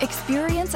Experience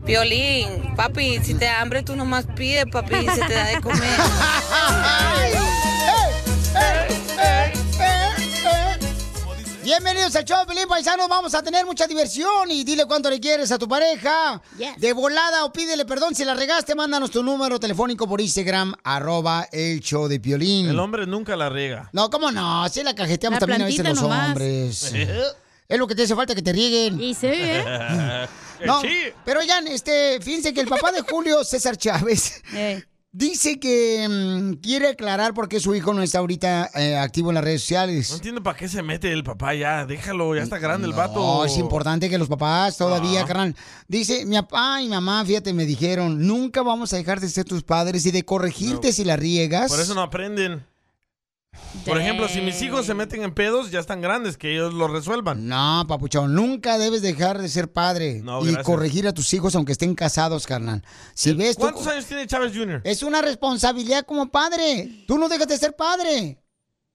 Violín, papi, si te da hambre tú nomás pides, papi, se te da de comer. Bienvenidos al show, Pelín Paisano. Vamos a tener mucha diversión y dile cuánto le quieres a tu pareja. Yes. De volada o pídele perdón si la regaste. Mándanos tu número telefónico por Instagram, arroba el show de Piolín. El hombre nunca la riega. No, ¿cómo no? Si la cajeteamos La también a veces los plantita nomás. hombres. es lo que te hace falta que te rieguen. Y sí, ¿eh? No, Sí. pero oigan, este, fíjense que el papá de Julio, César Chávez, dice que mm, quiere aclarar por qué su hijo no está ahorita eh, activo en las redes No sociales. entiendo para qué se mete el papá ya. Déjalo, ya está grande el vato. Ah. No, es importante que los papás todavía, carnal. Dice, mi papá y mi mamá, fíjate, me dijeron, nunca vamos a dejar de ser tus padres y de corregirte si la riegas. Por eso no aprenden. Por ejemplo, si mis hijos se meten en pedos, ya están grandes, que ellos lo resuelvan. No, papuchón, nunca debes dejar de ser padre No, y gracias. corregir a tus hijos aunque estén casados, carnal. Si ves tú- ¿Cuántos años tiene Chávez Jr.? Es una responsabilidad como padre. Tú no dejas de ser padre.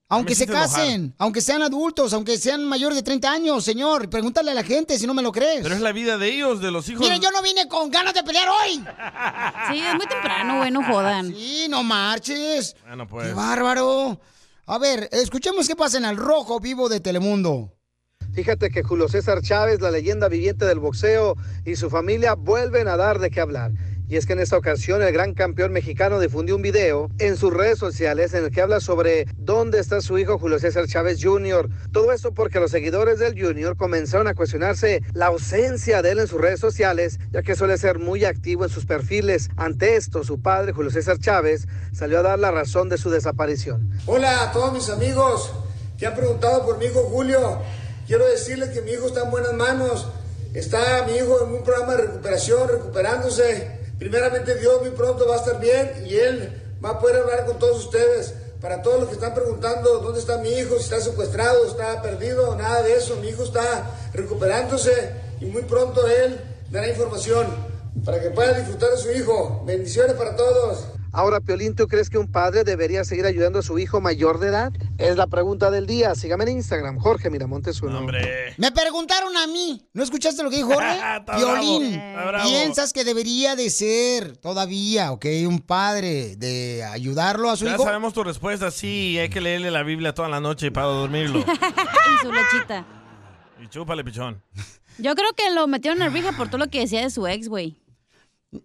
Aunque Me se hiciste enojar. casen, aunque sean adultos, aunque sean mayores de 30 años, señor. Pregúntale a la gente si no me lo crees. Pero es la vida de ellos, de los hijos. Miren, yo no vine con ganas de pelear hoy. Ah, Sí, es muy temprano, güey, no jodan. Sí, no marches. Bueno, pues. Qué bárbaro. A ver, escuchemos qué pasa en el rojo vivo de Telemundo. Fíjate que Julio César Chávez, la leyenda viviente del boxeo, y su familia vuelven a dar de qué hablar. Y es que en esta ocasión el gran campeón mexicano difundió un video en sus redes sociales en el que habla sobre dónde está su hijo Julio César Chávez Jr. Todo esto porque los seguidores del Jr. comenzaron a cuestionarse la ausencia de él en sus redes sociales, ya que suele ser muy activo en sus perfiles. Ante esto, su padre, Julio César Chávez, salió a dar la razón de su desaparición. Hola a todos mis amigos que han preguntado por mi hijo Julio. Quiero decirles que mi hijo está en buenas manos. Está mi hijo en un programa de recuperación, recuperándose. Primeramente Dios muy pronto va a estar bien y él va a poder hablar con todos ustedes. Para todos los que están preguntando dónde está mi hijo, si está secuestrado, está perdido, nada de eso. Mi hijo está recuperándose y muy pronto él dará información para que puedan disfrutar de su hijo. Bendiciones para todos. Ahora, Piolín, ¿tú crees que un padre debería seguir ayudando a su hijo mayor de edad? Es la pregunta del día. Sígame en Instagram, Jorge Miramontes uno. Hombre. Me preguntaron a mí. ¿No escuchaste lo que dijo Jorge? Está Violín. bravo, está bravo. Piensas que debería de ser todavía, ¿ok? Un padre de ayudarlo a su Ya hijo. sabemos tu respuesta, sí, hay que leerle la Biblia toda la noche para dormirlo. Y su lechita. y chúpale, pichón. Yo creo que lo metieron en la rija por todo lo que decía de su ex, güey.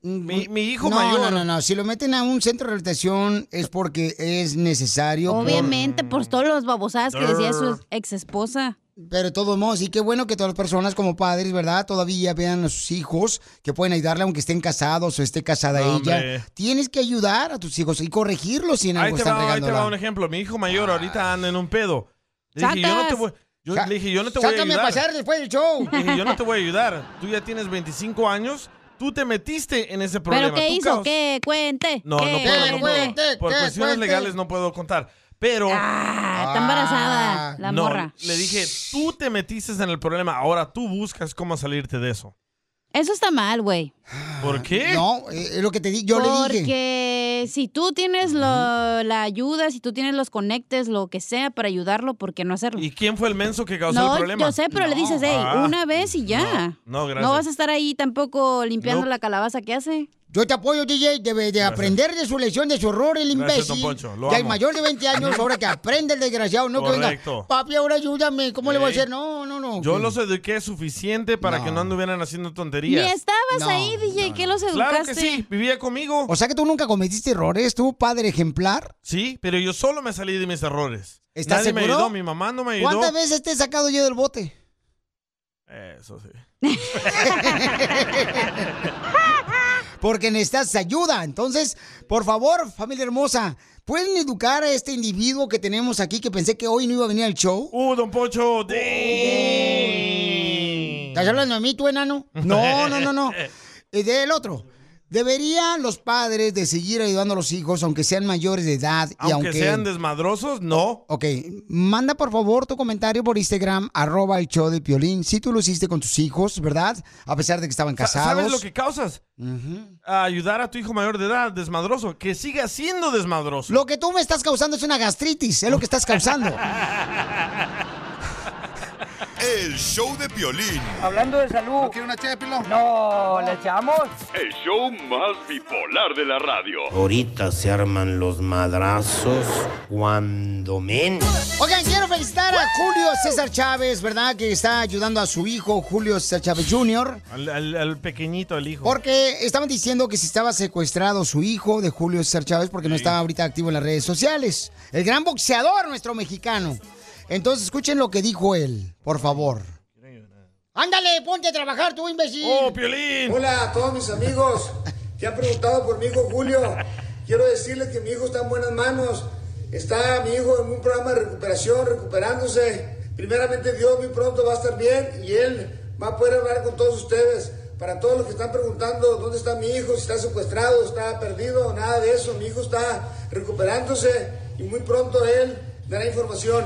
Mi, mi hijo no, mayor. No, no, no. Si lo meten a un centro de rehabilitación es porque es necesario. por- Obviamente, por todos los babosadas que decía su Grr. ex esposa. Pero de todos modos, y qué bueno que todas las personas como padres, ¿verdad? Todavía vean a sus hijos que pueden ayudarle aunque estén casados o esté casada No, ella. hombre. Tienes que ayudar a tus hijos y corregirlos si en Ahí algo te, están va, ahí te va un regándola. ejemplo. Mi hijo mayor ahorita anda en un pedo. Le dije, yo no te ¡Sacas! voy, yo, Sa- le dije, yo no te voy a Sácame a ayudar. pasar después del show. Le dije, yo no te voy a ayudar. Tú ya tienes 25 años. Tú te metiste en ese problema. ¿Pero qué Tú hizo? caus- ¿Qué? Cuente. No, ¿Qué? no puedo. no puedo. Cuente, Por ¿qué? cuestiones Cuente. legales no puedo contar. Pero. Ah, está Ah. embarazada la no, morra. Le dije, tú te metiste en el problema. Ahora tú buscas cómo salirte de eso. Eso está mal, güey. ¿Por qué? Ah, No, eh, es lo que te di. Yo Porque le dije. si tú tienes lo- la ayuda, si tú tienes los conectes, lo que sea para ayudarlo, ¿por qué no hacerlo? ¿Y quién fue el menso que causó No, el problema? yo sé, pero le No. dices, hey, Ah, una vez y ya. No, gracias. No vas a estar ahí tampoco limpiando No. la calabaza que hace. Yo te apoyo, DJ, debe de aprender de su lección, de su error, el Gracias, imbécil. don Poncho, lo que el amo. mayor de 20 años, ahora que aprende el desgraciado, no que Correcto. venga, papi, ahora ayúdame, ¿cómo le voy a Ey. hacer? No, no, no. Yo que- los eduqué suficiente para que no anduvieran haciendo Ni tonterías. estabas ahí, DJ, ¿qué los educaste? Claro que sí, vivía conmigo. O sea que tú nunca cometiste errores, tú, padre ejemplar. Sí, pero yo solo me salí de mis errores. ¿Estás Nadie me seguro? ayudó, mi mamá no me ayudó. ¿Cuántas veces te he sacado yo del bote? Eso sí. Porque necesitas ayuda. Entonces, por favor, familia hermosa, ¿pueden educar a este individuo que tenemos aquí que pensé que hoy no iba a venir al show? ¡Uh, don Pocho! ¿Estás hablando de mí, tú, enano? No, no, no, no. Eh, Del otro. Deberían los padres de seguir ayudando a los hijos, aunque sean mayores de edad y Aunque, aunque... sean desmadrosos, no. Ok, manda por favor tu comentario por Instagram, arroba el show de Piolín, si tú lo hiciste con tus hijos, ¿verdad? A pesar de que estaban Sa- casados. ¿Sabes lo que causas? A ayudar a tu hijo mayor de edad, desmadroso, que siga siendo desmadroso. Lo que tú me estás causando es una gastritis, es lo que estás causando. El show de Piolín. Hablando de salud. ¿No quiere una ché No, ¿le echamos? El show más bipolar de la radio. Ahorita se arman los madrazos cuando men. Oigan, quiero felicitar a Julio César Chávez, ¿verdad? Que está ayudando a su hijo, Julio César Chávez Jr., Al, al- al pequeñito, al hijo. porque estaban diciendo que si estaba secuestrado su hijo de Julio César Chávez porque no estaba ahorita activo en las redes sociales. El gran boxeador, nuestro mexicano. Entonces, escuchen lo que dijo él, por favor. Ándale, ponte a trabajar tú, imbécil. ¡Oh, Piolín! Hola a todos mis amigos que han preguntado por mi hijo Julio. Quiero decirles que mi hijo está en buenas manos. Está mi hijo en un programa de recuperación, recuperándose. Primeramente Dios muy pronto va a estar bien y él va a poder hablar con todos ustedes. Para todos los que están preguntando dónde está mi hijo, si está secuestrado, está perdido, nada de eso. Mi hijo está recuperándose y muy pronto él dará información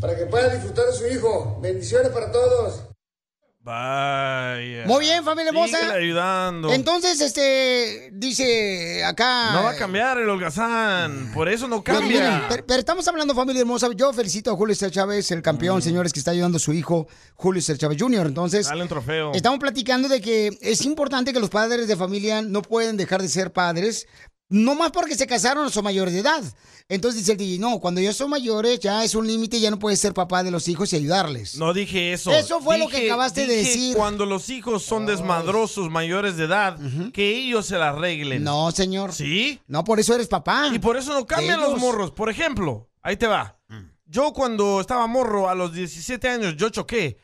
para que puedan disfrutar de su hijo. Bendiciones para todos. Vaya. Muy bien, familia hermosa. Síguele ayudando. Entonces, este, dice acá... No va a cambiar el holgazán. Por eso no Mm. Pero miren, cambia. pero, pero estamos hablando, familia hermosa. Yo felicito a Julio César Chávez, el campeón, señores, que está ayudando a su hijo, Julio César Chávez Jr. Entonces, Mm. Dale un trofeo. estamos platicando de que es importante que los padres de familia no pueden dejar de ser padres, no más porque se casaron o son mayores de edad. Entonces dice el DJ, no, cuando yo soy mayores ya es un límite, ya no puedes ser papá de los hijos y ayudarles. No dije eso. Eso fue lo que Dije- acabaste de dije decir. Oh. Cuando los hijos son desmadrosos mayores de edad, que ellos se la arreglen. No, señor. ¿Sí? No, por eso eres papá. Y por eso no cambian ellos. Mm. los morros. Por ejemplo, ahí te va. Yo cuando estaba morro, a los 17 años, yo choqué.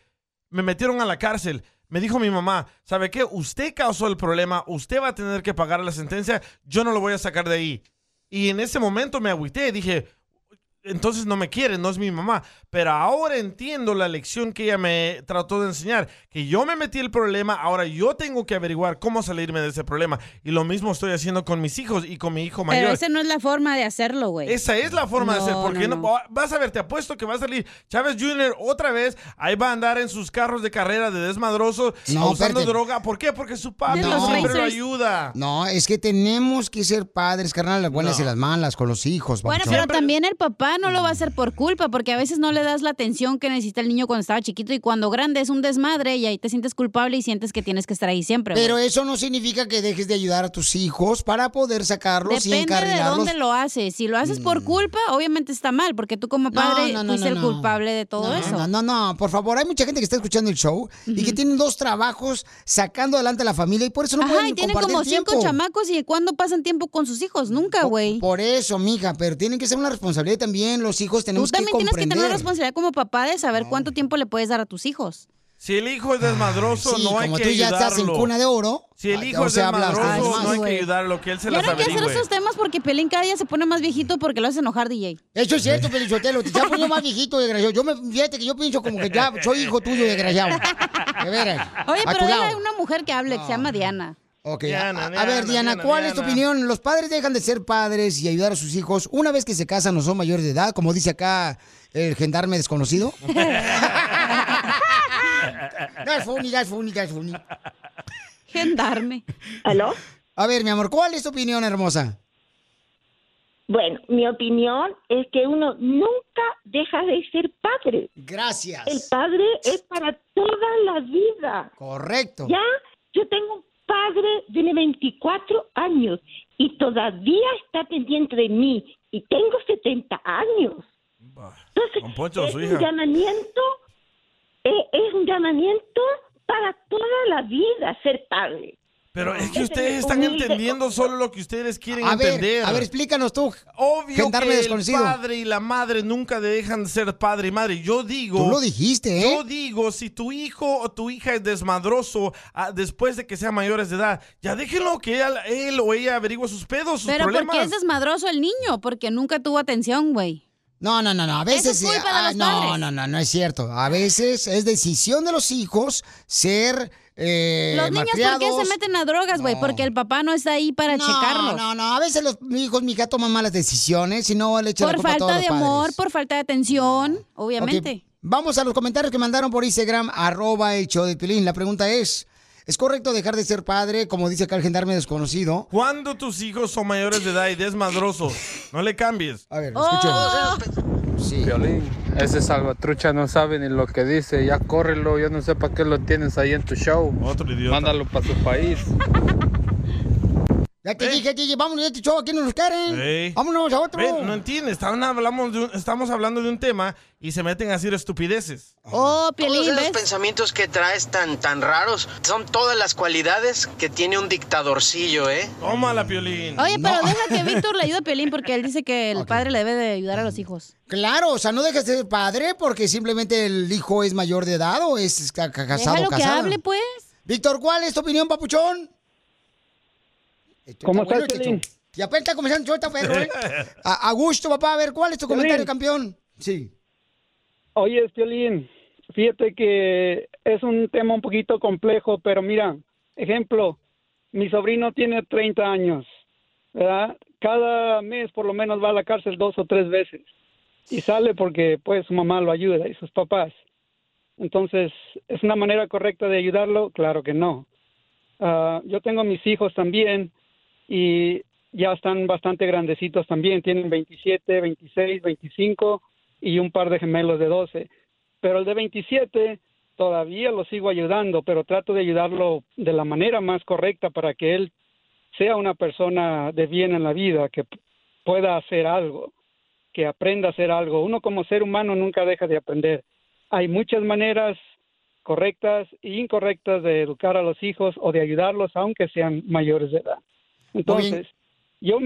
Me metieron a la cárcel. Me dijo mi mamá, ¿sabe qué? Usted causó el problema, usted va a tener que pagar la sentencia, yo no lo voy a sacar de ahí. Y en ese momento me agüité, dije, entonces no me quiere, no es mi mamá. Pero ahora entiendo la lección que ella me trató de enseñar, que yo me metí el problema, ahora yo tengo que averiguar cómo salirme de ese problema. Y lo mismo estoy haciendo con mis hijos y con mi hijo mayor. Pero esa no es la forma de hacerlo, güey. Esa es la forma de hacer, porque no, vas a ver, te apuesto que va a salir Chávez Jr. otra vez, ahí va a andar en sus carros de carrera de desmadroso, No, usando espérate. droga. ¿Por qué? Porque su padre De los siempre lo racers. ayuda. No, es que tenemos que ser padres, carnal, las buenas y las malas, con los hijos. Bueno, papuchón. pero también el papá no lo va a hacer por culpa, porque a veces no le das la atención que necesita el niño cuando estaba chiquito y cuando grande es un desmadre y ahí te sientes culpable y sientes que tienes que estar ahí siempre. Pero güey. eso no significa que dejes de ayudar a tus hijos para poder sacarlos y Depende de encarrilarlos. Mm. dónde lo haces. Si lo haces por culpa, obviamente está mal, porque tú como padre no, no, fuiste no, el no. culpable de todo no, eso. no, no, no, por favor, hay mucha gente que está escuchando el show y que tienen dos trabajos sacando adelante a la familia y por eso no Ajá, pueden y tienen compartir como tiempo. cinco chamacos y ¿cuándo pasan tiempo con sus hijos? Nunca, güey. Por eso, mija, pero tienen que ser una responsabilidad también. Los hijos Tú tenemos que también tienes que comprender. tener la responsabilidad como papá de saber cuánto tiempo le puedes dar a tus hijos. Si el hijo es desmadroso, Sí, no hay como que tú ya ayudarlo. estás en cuna de oro. Si el ah, hijo o es sea, hablas desmadroso, más, no hay que güey. ayudarlo, que él se ya las no hay que hacer Pues, averigüe. esos temas porque Pelín cada día se pone más viejito porque lo hace enojar, DJ. Eso es cierto, Pelichotelo. Te está poniendo más viejito, desgraciado. Yo me, fíjate que yo pienso como que ya soy hijo tuyo, desgraciado. De veras. Oye, a tu pero lado. hay una mujer que hable, que se llama Diana. Ok, Diana, a, a Diana, ver, Diana, Diana, ¿cuál es tu Diana. opinión? Los padres dejan de ser padres y ayudar a sus hijos una vez que se casan o son mayores de edad, como dice acá el gendarme desconocido. No es funny, ya es funny, ya es funny. Gendarme. ¿Aló? A ver, mi amor, ¿cuál es tu opinión, hermosa? Bueno, mi opinión es que uno nunca deja de ser padre. Gracias. El padre es para toda la vida. Correcto. Ya, yo tengo un padre tiene 24 años y todavía está pendiente de mí y tengo 70 años. Don Poncho, su Es un hija. llamamiento, eh, es un llamamiento para toda la vida ser padre. Pero es que ustedes están entendiendo solo lo que ustedes quieren A ver, entender. a ver, explícanos tú. Obvio gendarme que desconocido. el padre y la madre nunca dejan de ser padre y madre. Yo digo... Tú lo dijiste, ¿eh? Yo digo, si tu hijo o tu hija es desmadroso ah, después de que sean mayores de edad, ya déjenlo que él, él o ella averigüe sus pedos, sus Pero ¿por problemas. qué es desmadroso el niño? Porque nunca tuvo atención, güey. No, no, no, no. A veces Eso es culpa de ah, los no, padres. no, no, no es cierto. A veces es decisión de los hijos ser eh, los niños, ¿por qué se malcriados. meten a drogas, güey? Porque el papá no está ahí para No, checarlos. no, no. A veces los hijos, mija, toman malas decisiones y no le echan la Por culpa a todos falta de los padres. amor, por falta de atención, obviamente. Ok, Vamos a los comentarios que mandaron por Instagram, arroba el show de Pilín. La pregunta es, ¿es correcto dejar de ser padre, como dice acá el gendarme desconocido? Cuando tus hijos son mayores de edad y desmadrosos, no le cambies. A ver, Oh. Violín, ese salvatrucha no sabe ni lo que dice. Ya córrelo, yo no sé para qué lo tienes ahí en tu show. Mándalo para su país. Ya Eh. te dije, DJ, vámonos de este show, aquí no nos quieren. Vámonos a otro. Ven, no entiendes, estaban- hablamos de un- estamos hablando de un tema y se meten a decir estupideces. Oh, Todos esos pensamientos que traes tan, tan raros son todas las cualidades que tiene un dictadorcillo, ¿eh? Tómala, Piolín. Oye, pero deja que Víctor le ayude a Pelín porque él dice que el padre le debe de ayudar a los hijos. Claro, o sea, no dejas de ser padre porque simplemente el hijo es mayor de edad o es ca- ca- casado Déjalo o que casada. hable, pues. Víctor, ¿cuál es tu opinión, papuchón? Esto ¿Cómo está estás, Piolín? chacho. Y apenas está comenzando yo, está perro, ¿eh? A, a gusto, papá. A ver, ¿cuál es tu comentario, campeón? Sí. Oye, Piolín, fíjate que es un tema un poquito complejo, pero mira, ejemplo, mi sobrino tiene 30 años, ¿verdad? Cada mes por lo menos va a la cárcel dos o tres veces y sale porque pues su mamá lo ayuda y sus papás. Entonces, ¿es una manera correcta de ayudarlo? Claro que no. Ah, yo tengo mis hijos también y ya están bastante grandecitos también, tienen 27, 26, 25 y un par de gemelos de 12. Pero el de 27 todavía lo sigo ayudando, pero trato de ayudarlo de la manera más correcta para que él sea una persona de bien en la vida, que p- pueda hacer algo, que aprenda a hacer algo. Uno como ser humano nunca deja de aprender. Hay muchas maneras correctas e incorrectas de educar a los hijos o de ayudarlos aunque sean mayores de edad. Entonces, yo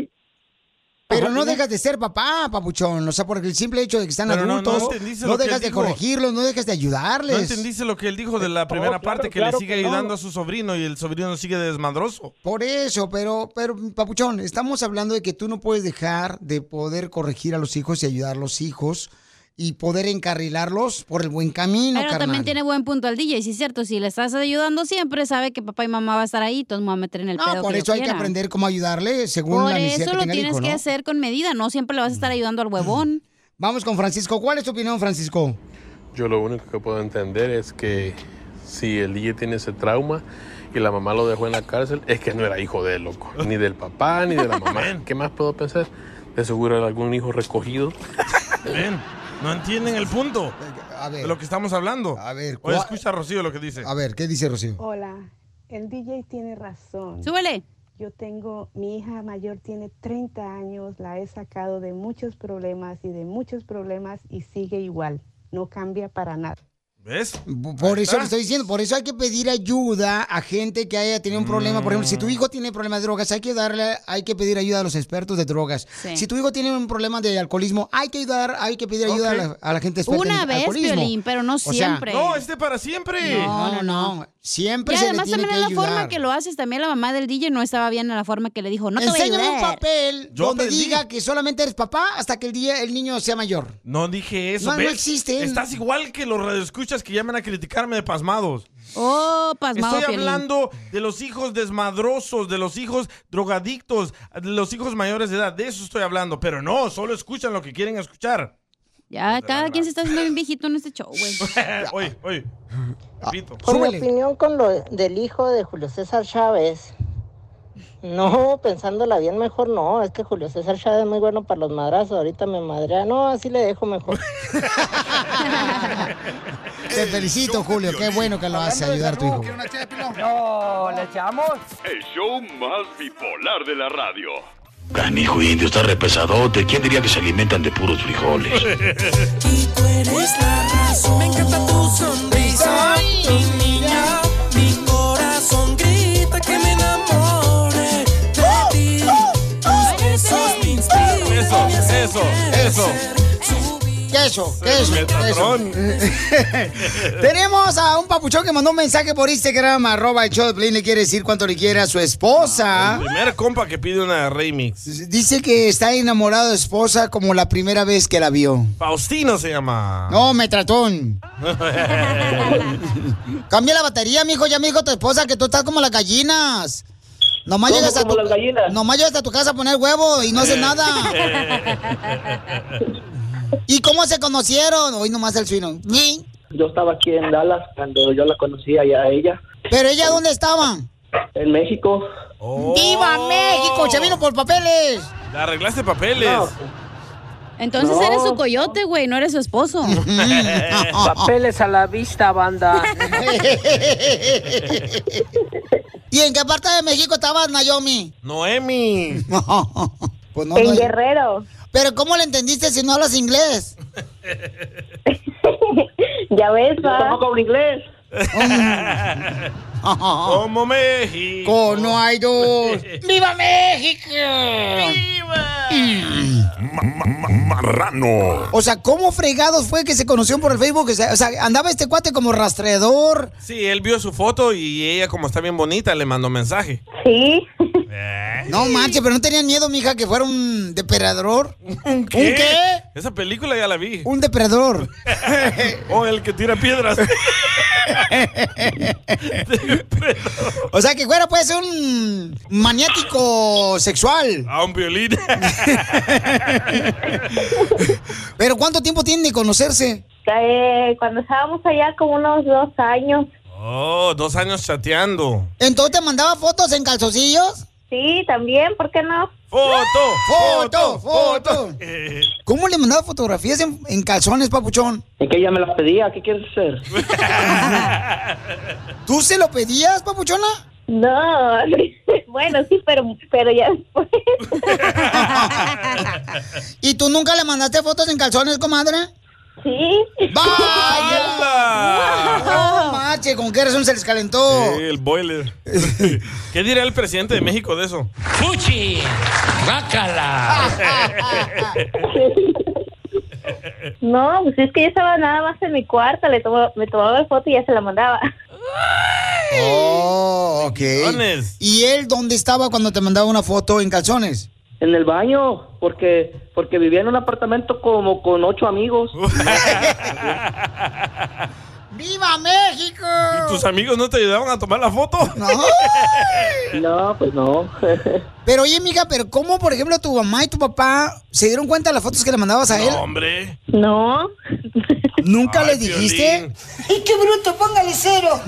Pero Ajá, no dime. dejas de ser papá, papuchón. O sea, porque el simple hecho de que están Pero no, no adultos, entendiste no, lo que dejas él de dijo. corregirlos, no dejas de ¿No ayudarles. entendiste lo que él dijo de la primera Eh, claro, parte? Que claro le sigue que no. ayudando a su sobrino y el sobrino sigue desmadroso. Por eso, pero, pero, Papuchón, estamos hablando de que tú no puedes dejar de poder corregir a los hijos y ayudar a los hijos y poder encarrilarlos por el buen camino, Pero carnal. también tiene buen punto al DJ, sí es cierto, si le estás ayudando siempre, sabe que papá y mamá va a estar ahí, entonces me va a meter en el No, pedo por que yo eso hay que quiera. aprender cómo ayudarle según Por la necesidad eso que lo tenga el tienes hijo, que ¿no? Mm. hacer con medida, no siempre le vas a estar ayudando al huevón. Vamos con Francisco. ¿Cuál es tu opinión, Francisco? Yo lo único que puedo entender es que si el DJ tiene ese trauma y la mamá lo dejó en la cárcel, es que no era hijo de él, loco. Ni del papá, ni de la mamá. ¿Qué más puedo pensar? De seguro era algún hijo recogido. Ven, no entienden el punto de lo que estamos hablando. A ver, Oye, escucha a Rocío lo que dice. A ver, ¿qué dice Rocío? Hola, el DJ tiene razón. Súbele. Yo tengo, mi hija mayor tiene 30 años, la he sacado de muchos problemas y de muchos problemas y sigue igual, no cambia para nada. ¿Ves? Por eso le estoy diciendo, por eso hay que pedir ayuda a gente que haya tenido un problema. Por ejemplo, si Mm. tu hijo tiene problemas de drogas, hay que darle, hay que pedir ayuda a los expertos de drogas. Sí. Si tu hijo tiene un problema de alcoholismo, hay que ayudar, hay que pedir ayuda a, Ok. la, a la gente experta Una en vez, alcoholismo. Piolín, pero no O sea, siempre. No, este para siempre. No, no, no. Siempre y se le además tiene también que en la ayudar. forma que lo haces, también la mamá del DJ no estaba bien en la forma que le dijo, no te voy a Enséñame un ayudar. papel Yo donde aprendí. diga que solamente eres papá hasta que el día el niño sea mayor. No dije eso. No, no ¿ves? existe. Estás igual que los radioescuchas que llaman a criticarme de pasmados. Oh, pasmado. Estoy Piolín. hablando de los hijos desmadrosos, de los hijos drogadictos, de los hijos mayores de edad. De eso estoy hablando. Pero no, solo escuchan lo que quieren escuchar. Ya, cada quien se está haciendo bien viejito en este show, güey. oye, oye. Repito. Ah, Por mi opinión con lo del hijo de Julio César Chávez, No, pensándola bien, mejor no. Es que Julio César Chávez es muy bueno para los madrazos. Ahorita me madrea. No, así le dejo mejor. Te felicito, Julio. Qué bueno que lo hace ayudar a tu hijo. No, ¿le echamos? El show más bipolar de la radio. Canijo indio está repesadote. ¿Quién diría que se alimentan de puros frijoles? Y tú eres la razón. Me encanta tu sonrisa. Mi niña, mi corazón grita que me enamore de ti. Tus besos me inspiran. Eso, eso, eso. Queso, queso, queso. Tenemos a un papuchón que mandó un mensaje por Instagram, arroba el show de Piolín, le quiere decir cuánto le quiere a su esposa. Primer compa que pide una remix. Dice que está enamorado de esposa como la primera vez que la vio. Faustino se llama. No, me tratón. Cambia la batería, mijo, ya me dijo tu esposa que tú estás como las gallinas. Nomás ¿Cómo llegas, a como tu, las gallinas? Eh. nomás llegas a tu casa a poner huevo y no haces nada. ¿Y cómo se conocieron? Hoy nomás el suino. Ni. Yo estaba aquí en Dallas cuando yo la conocí allá a ella, ¿Pero ella dónde estaba? en México. Oh. ¡Viva México! ¡Se vino por papeles! ¿Le arreglaste papeles? Entonces No. eres su coyote, güey, no eres su esposo. Papeles a la vista, banda. ¿Y en qué parte de México estabas, Naomi? Noemi. Pues En Guerrero. ¿Pero cómo le entendiste si no hablas inglés? ya ves, Yo tampoco hablo inglés. Como México. no hay dos. ¡Viva México! Marrano. O sea, ¿cómo fregados fue que se conocieron por el Facebook? O sea, o sea, andaba este cuate como rastreador. Sí, él vio su foto y ella, como está bien bonita, le mandó mensaje. Sí. No manches, pero no tenían miedo, mija, que fuera un depredador. ¿Un qué? ¿Un qué? Esa película ya la vi. Un depredador. o el que tira piedras. O sea, que fuera pues un maniático sexual. A un violín. Pero ¿cuánto tiempo tienen de conocerse? Eh, cuando estábamos allá como unos dos años. Oh, dos años chateando. ¿Entonces te mandaba fotos en calzoncillos? Sí, también, ¿por qué no? ¡Foto! ¡Foto! ¡Foto! ¿Cómo le mandaba fotografías en, en calzones, papuchón? Es que ella me las pedía, ¿qué quieres hacer? ¿Tú se lo pedías, papuchona? No, bueno, sí, pero, pero ya después. ¿Y tú nunca le mandaste fotos en calzones, comadre? Sí. ¡Vaya! ¡No, mache! ¿Con qué razón se les calentó? Sí, el boiler. ¿Qué dirá el presidente de México de eso? ¡Fuchi! No, pues es que yo estaba nada más en mi cuarto, le tomo- me tomaba la foto y ya se la mandaba. Oh, ok. ¿Y él dónde estaba cuando te mandaba una foto en calzones? En el baño, porque porque vivía en un apartamento como con ocho amigos. ¡Viva México! ¿Tus amigos no te ayudaban a tomar la foto? No. No, pues no. Pero oye, amiga, ¿pero cómo, por ejemplo, tu mamá y tu papá se dieron cuenta de las fotos que le mandabas a él? hombre. No. ¿Nunca Ay, les dijiste? ¡Y qué bruto! ¡Póngale cero!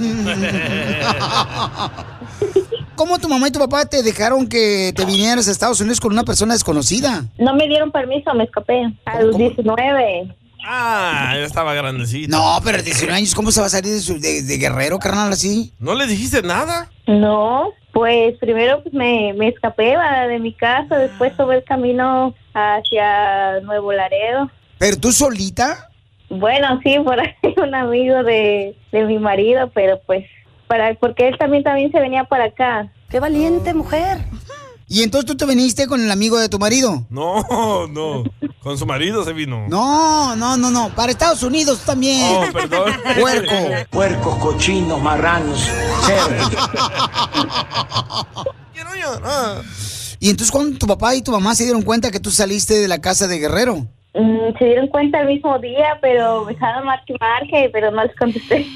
¿Cómo tu mamá y tu papá te dejaron que te vinieras a Estados Unidos con una persona desconocida? No me dieron permiso, me escapé a los 19. Ah, ya estaba grandecito. No, pero 19 años, ¿cómo se va a salir de, su- de- de guerrero, carnal, así? ¿No le dijiste nada? No, pues primero pues, me, me escapé va, de mi casa, Ah. después tomé el camino hacia Nuevo Laredo. ¿Pero tú solita? Bueno, sí, por ahí un amigo de, de mi marido, pero pues para porque él también también se venía para acá. ¡Qué valiente mujer! ¿Y entonces tú te viniste con el amigo de tu marido? No, no. Con su marido se vino. No, no, no, no. Para Estados Unidos también. Oh, perdón. Puerco. Puercos, cochinos, marranos, ¿Y entonces cuando tu papá y tu mamá se dieron cuenta que tú saliste de la casa de Guerrero? Mm, se dieron cuenta el mismo día, pero me estaban marque y marque, pero no les contesté.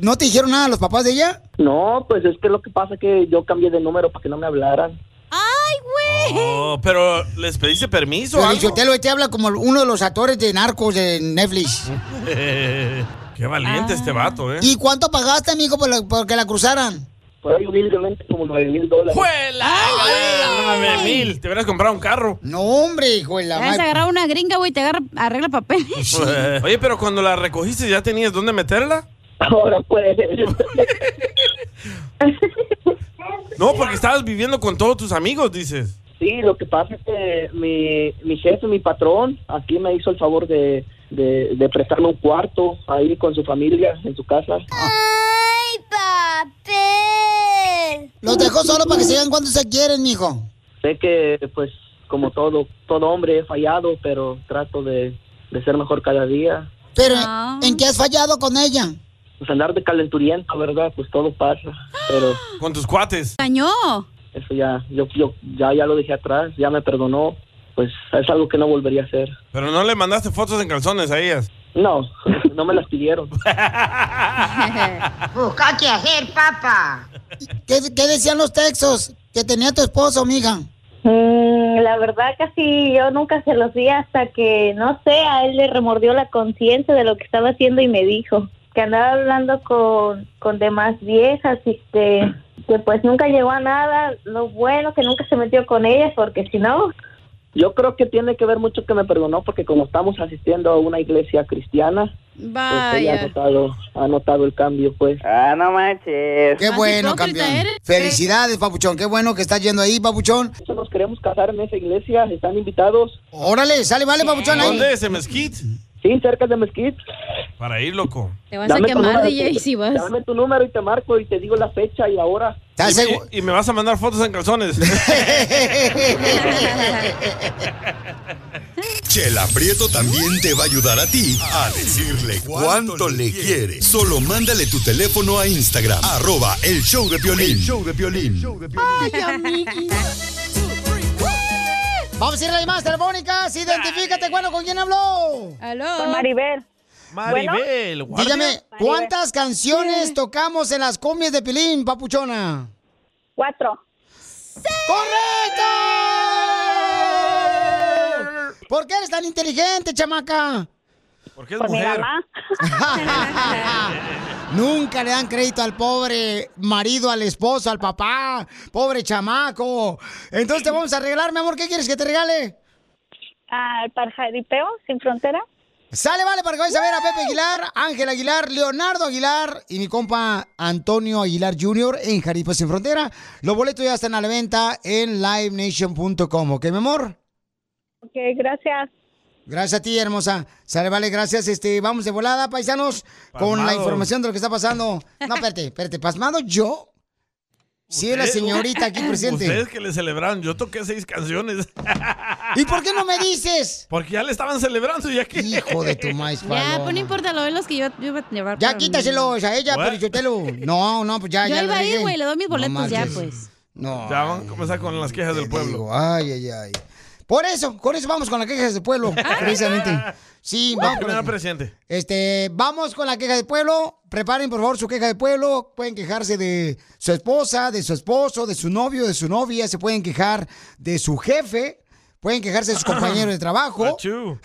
¿No te dijeron nada los papás de ella? No, pues es que lo que pasa es que yo cambié de número para que no me hablaran. ¡Ay, güey! Oh, pero ¿les pediste permiso? o Pero algo? Sotelo, este habla como uno de los actores de narcos de Netflix. Qué valiente este vato, ¿eh? ¿Y cuánto pagaste, amigo, por, la- por que la cruzaran? por ahí humildemente como 9 mil dólares. Nueve mil, te hubieras comprado un carro. No, hombre, hijo de Te vas a agarrar una gringa, güey, te agarra, arregla papeles. Oye, pero cuando la recogiste, ¿ya tenías dónde meterla? Ahora puede No, porque estabas viviendo con todos tus amigos, dices. Sí, lo que pasa es que mi, mi jefe, mi patrón, aquí me hizo el favor de, de, de prestarme un cuarto ahí con su familia, en su casa. Los dejo solo para que se vean cuando se quieren, mijo. Sé que, pues, como todo, todo hombre he fallado, pero trato de, de ser mejor cada día. Pero, ¿en qué has fallado con ella? Pues andar de calenturiento, ¿verdad? Pues todo pasa, pero... Con tus cuates. Dañó. Eso ya, yo, yo ya, ya lo dejé atrás, ya me perdonó. Pues es algo que no volvería a hacer. Pero no le mandaste fotos en calzones a ellas. No, no me las pidieron. Busca qué hacer, papá. ¿Qué, decían los textos que tenía tu esposo, mija? Mm, la verdad casi yo nunca se los di hasta que, no sé, a él le remordió la conciencia de lo que estaba haciendo y me dijo que andaba hablando con, con demás viejas y que, que pues nunca llegó a nada. Lo bueno que nunca se metió con ellas porque si no... Yo creo que tiene que ver mucho que me perdonó porque como estamos asistiendo a una iglesia cristiana, Ah, pues ella ha notado, ha notado el cambio, pues. Ah, no manches. Qué bueno, campeón. Felicidades, papuchón. Qué bueno que estás yendo ahí, papuchón. Nos queremos casar en esa iglesia, están invitados. Órale, sale, vale, papuchón. ahí. ¿Dónde es? ¿En Mesquite? Sí, cerca de Mesquite. Para ir, loco. Te vas a Dame tu quemar, número, DJ, te- si vas. Dame tu número y te marco y te digo la fecha y la hora. Y, y- y me vas a mandar fotos en calzones. Chela Prieto también te va a ayudar a ti a decirle cuánto le quiere. Solo mándale tu teléfono a Instagram, arroba el show de Piolín. show de Piolín. Ay, amiguita. Vamos a ir a las llamadas telefónicas. Identifícate, bueno, ¿con quién habló? Aló. Con Maribel. Maribel, guardia. Dígame, ¿cuántas canciones tocamos en las cumbias de Pilín, papuchona? Cuatro. ¡Correcto! ¿Por qué eres tan inteligente, chamaca? Porque es Pues Por mi mujer. mamá. Nunca le dan crédito al pobre marido, al esposo, al papá, pobre chamaco. Entonces te vamos a regalar, mi amor, ¿qué quieres que te regale? Al Parjaripeo Sin Frontera. Sale, vale, para que vayas a ver a Pepe Aguilar, Ángel Aguilar, Leonardo Aguilar y mi compa Antonio Aguilar Jr. en Jaripa Sin Frontera. Los boletos ya están a la venta en livenation.com, ¿ok, mi amor? Ok, gracias. Gracias a ti, hermosa. Sale, vale, gracias. Este, vamos de volada, paisanos, con la Pasmado. información de lo que está pasando. No, espérate, espérate, pasmado yo. Sí, es la señorita aquí presente. Eh, Ustedes que le celebraron, yo toqué seis canciones. ¿Y por qué no me dices? Porque ya le estaban celebrando y aquí. Hijo de tu maíz, Ya, pues no importa, lo de los que yo, yo iba a llevar. Ya para mí. quítaselos a ella, Bueno. Pelichotelo. No, no, pues ya, Yo ya. iba a ir, güey, le doy mis boletos ya, marches. pues. No. Ya van a comenzar con las quejas del pueblo. ay, ay, ay. Por eso, con eso vamos con las quejas del pueblo, precisamente. Sí, vamos con Primero pues. la, presidente. este, vamos con la queja del pueblo. Preparen, por favor, su queja del pueblo. Pueden quejarse de su esposa, de su esposo, de su novio, de su novia. Se pueden quejar de su jefe. Pueden quejarse de sus compañeros de trabajo. Achú.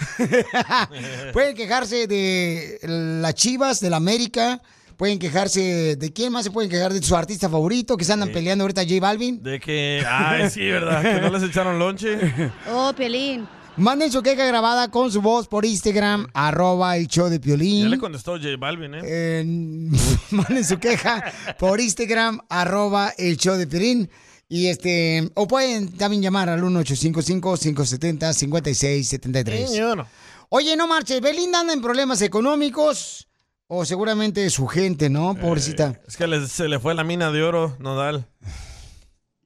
Pueden quejarse de las Chivas, de la América. Pueden quejarse de quién más se pueden quejar de su artista favorito que se andan peleando ahorita J Balvin. De que. Ay, sí, ¿verdad? Que no les echaron lonche. Oh, Piolín. Manden su queja grabada con su voz por Instagram, arroba el show de Piolín. Ya le contestó J Balvin, ¿eh? Eh, manden su queja por Instagram, arroba el show de Piolín. Y este, o pueden también llamar al 1855-570-5673. Sí, yo no. Oye, no marches, Belinda anda en problemas económicos, o seguramente su gente, ¿no? Pobrecita. Es que les- se le fue la mina de oro, Nodal.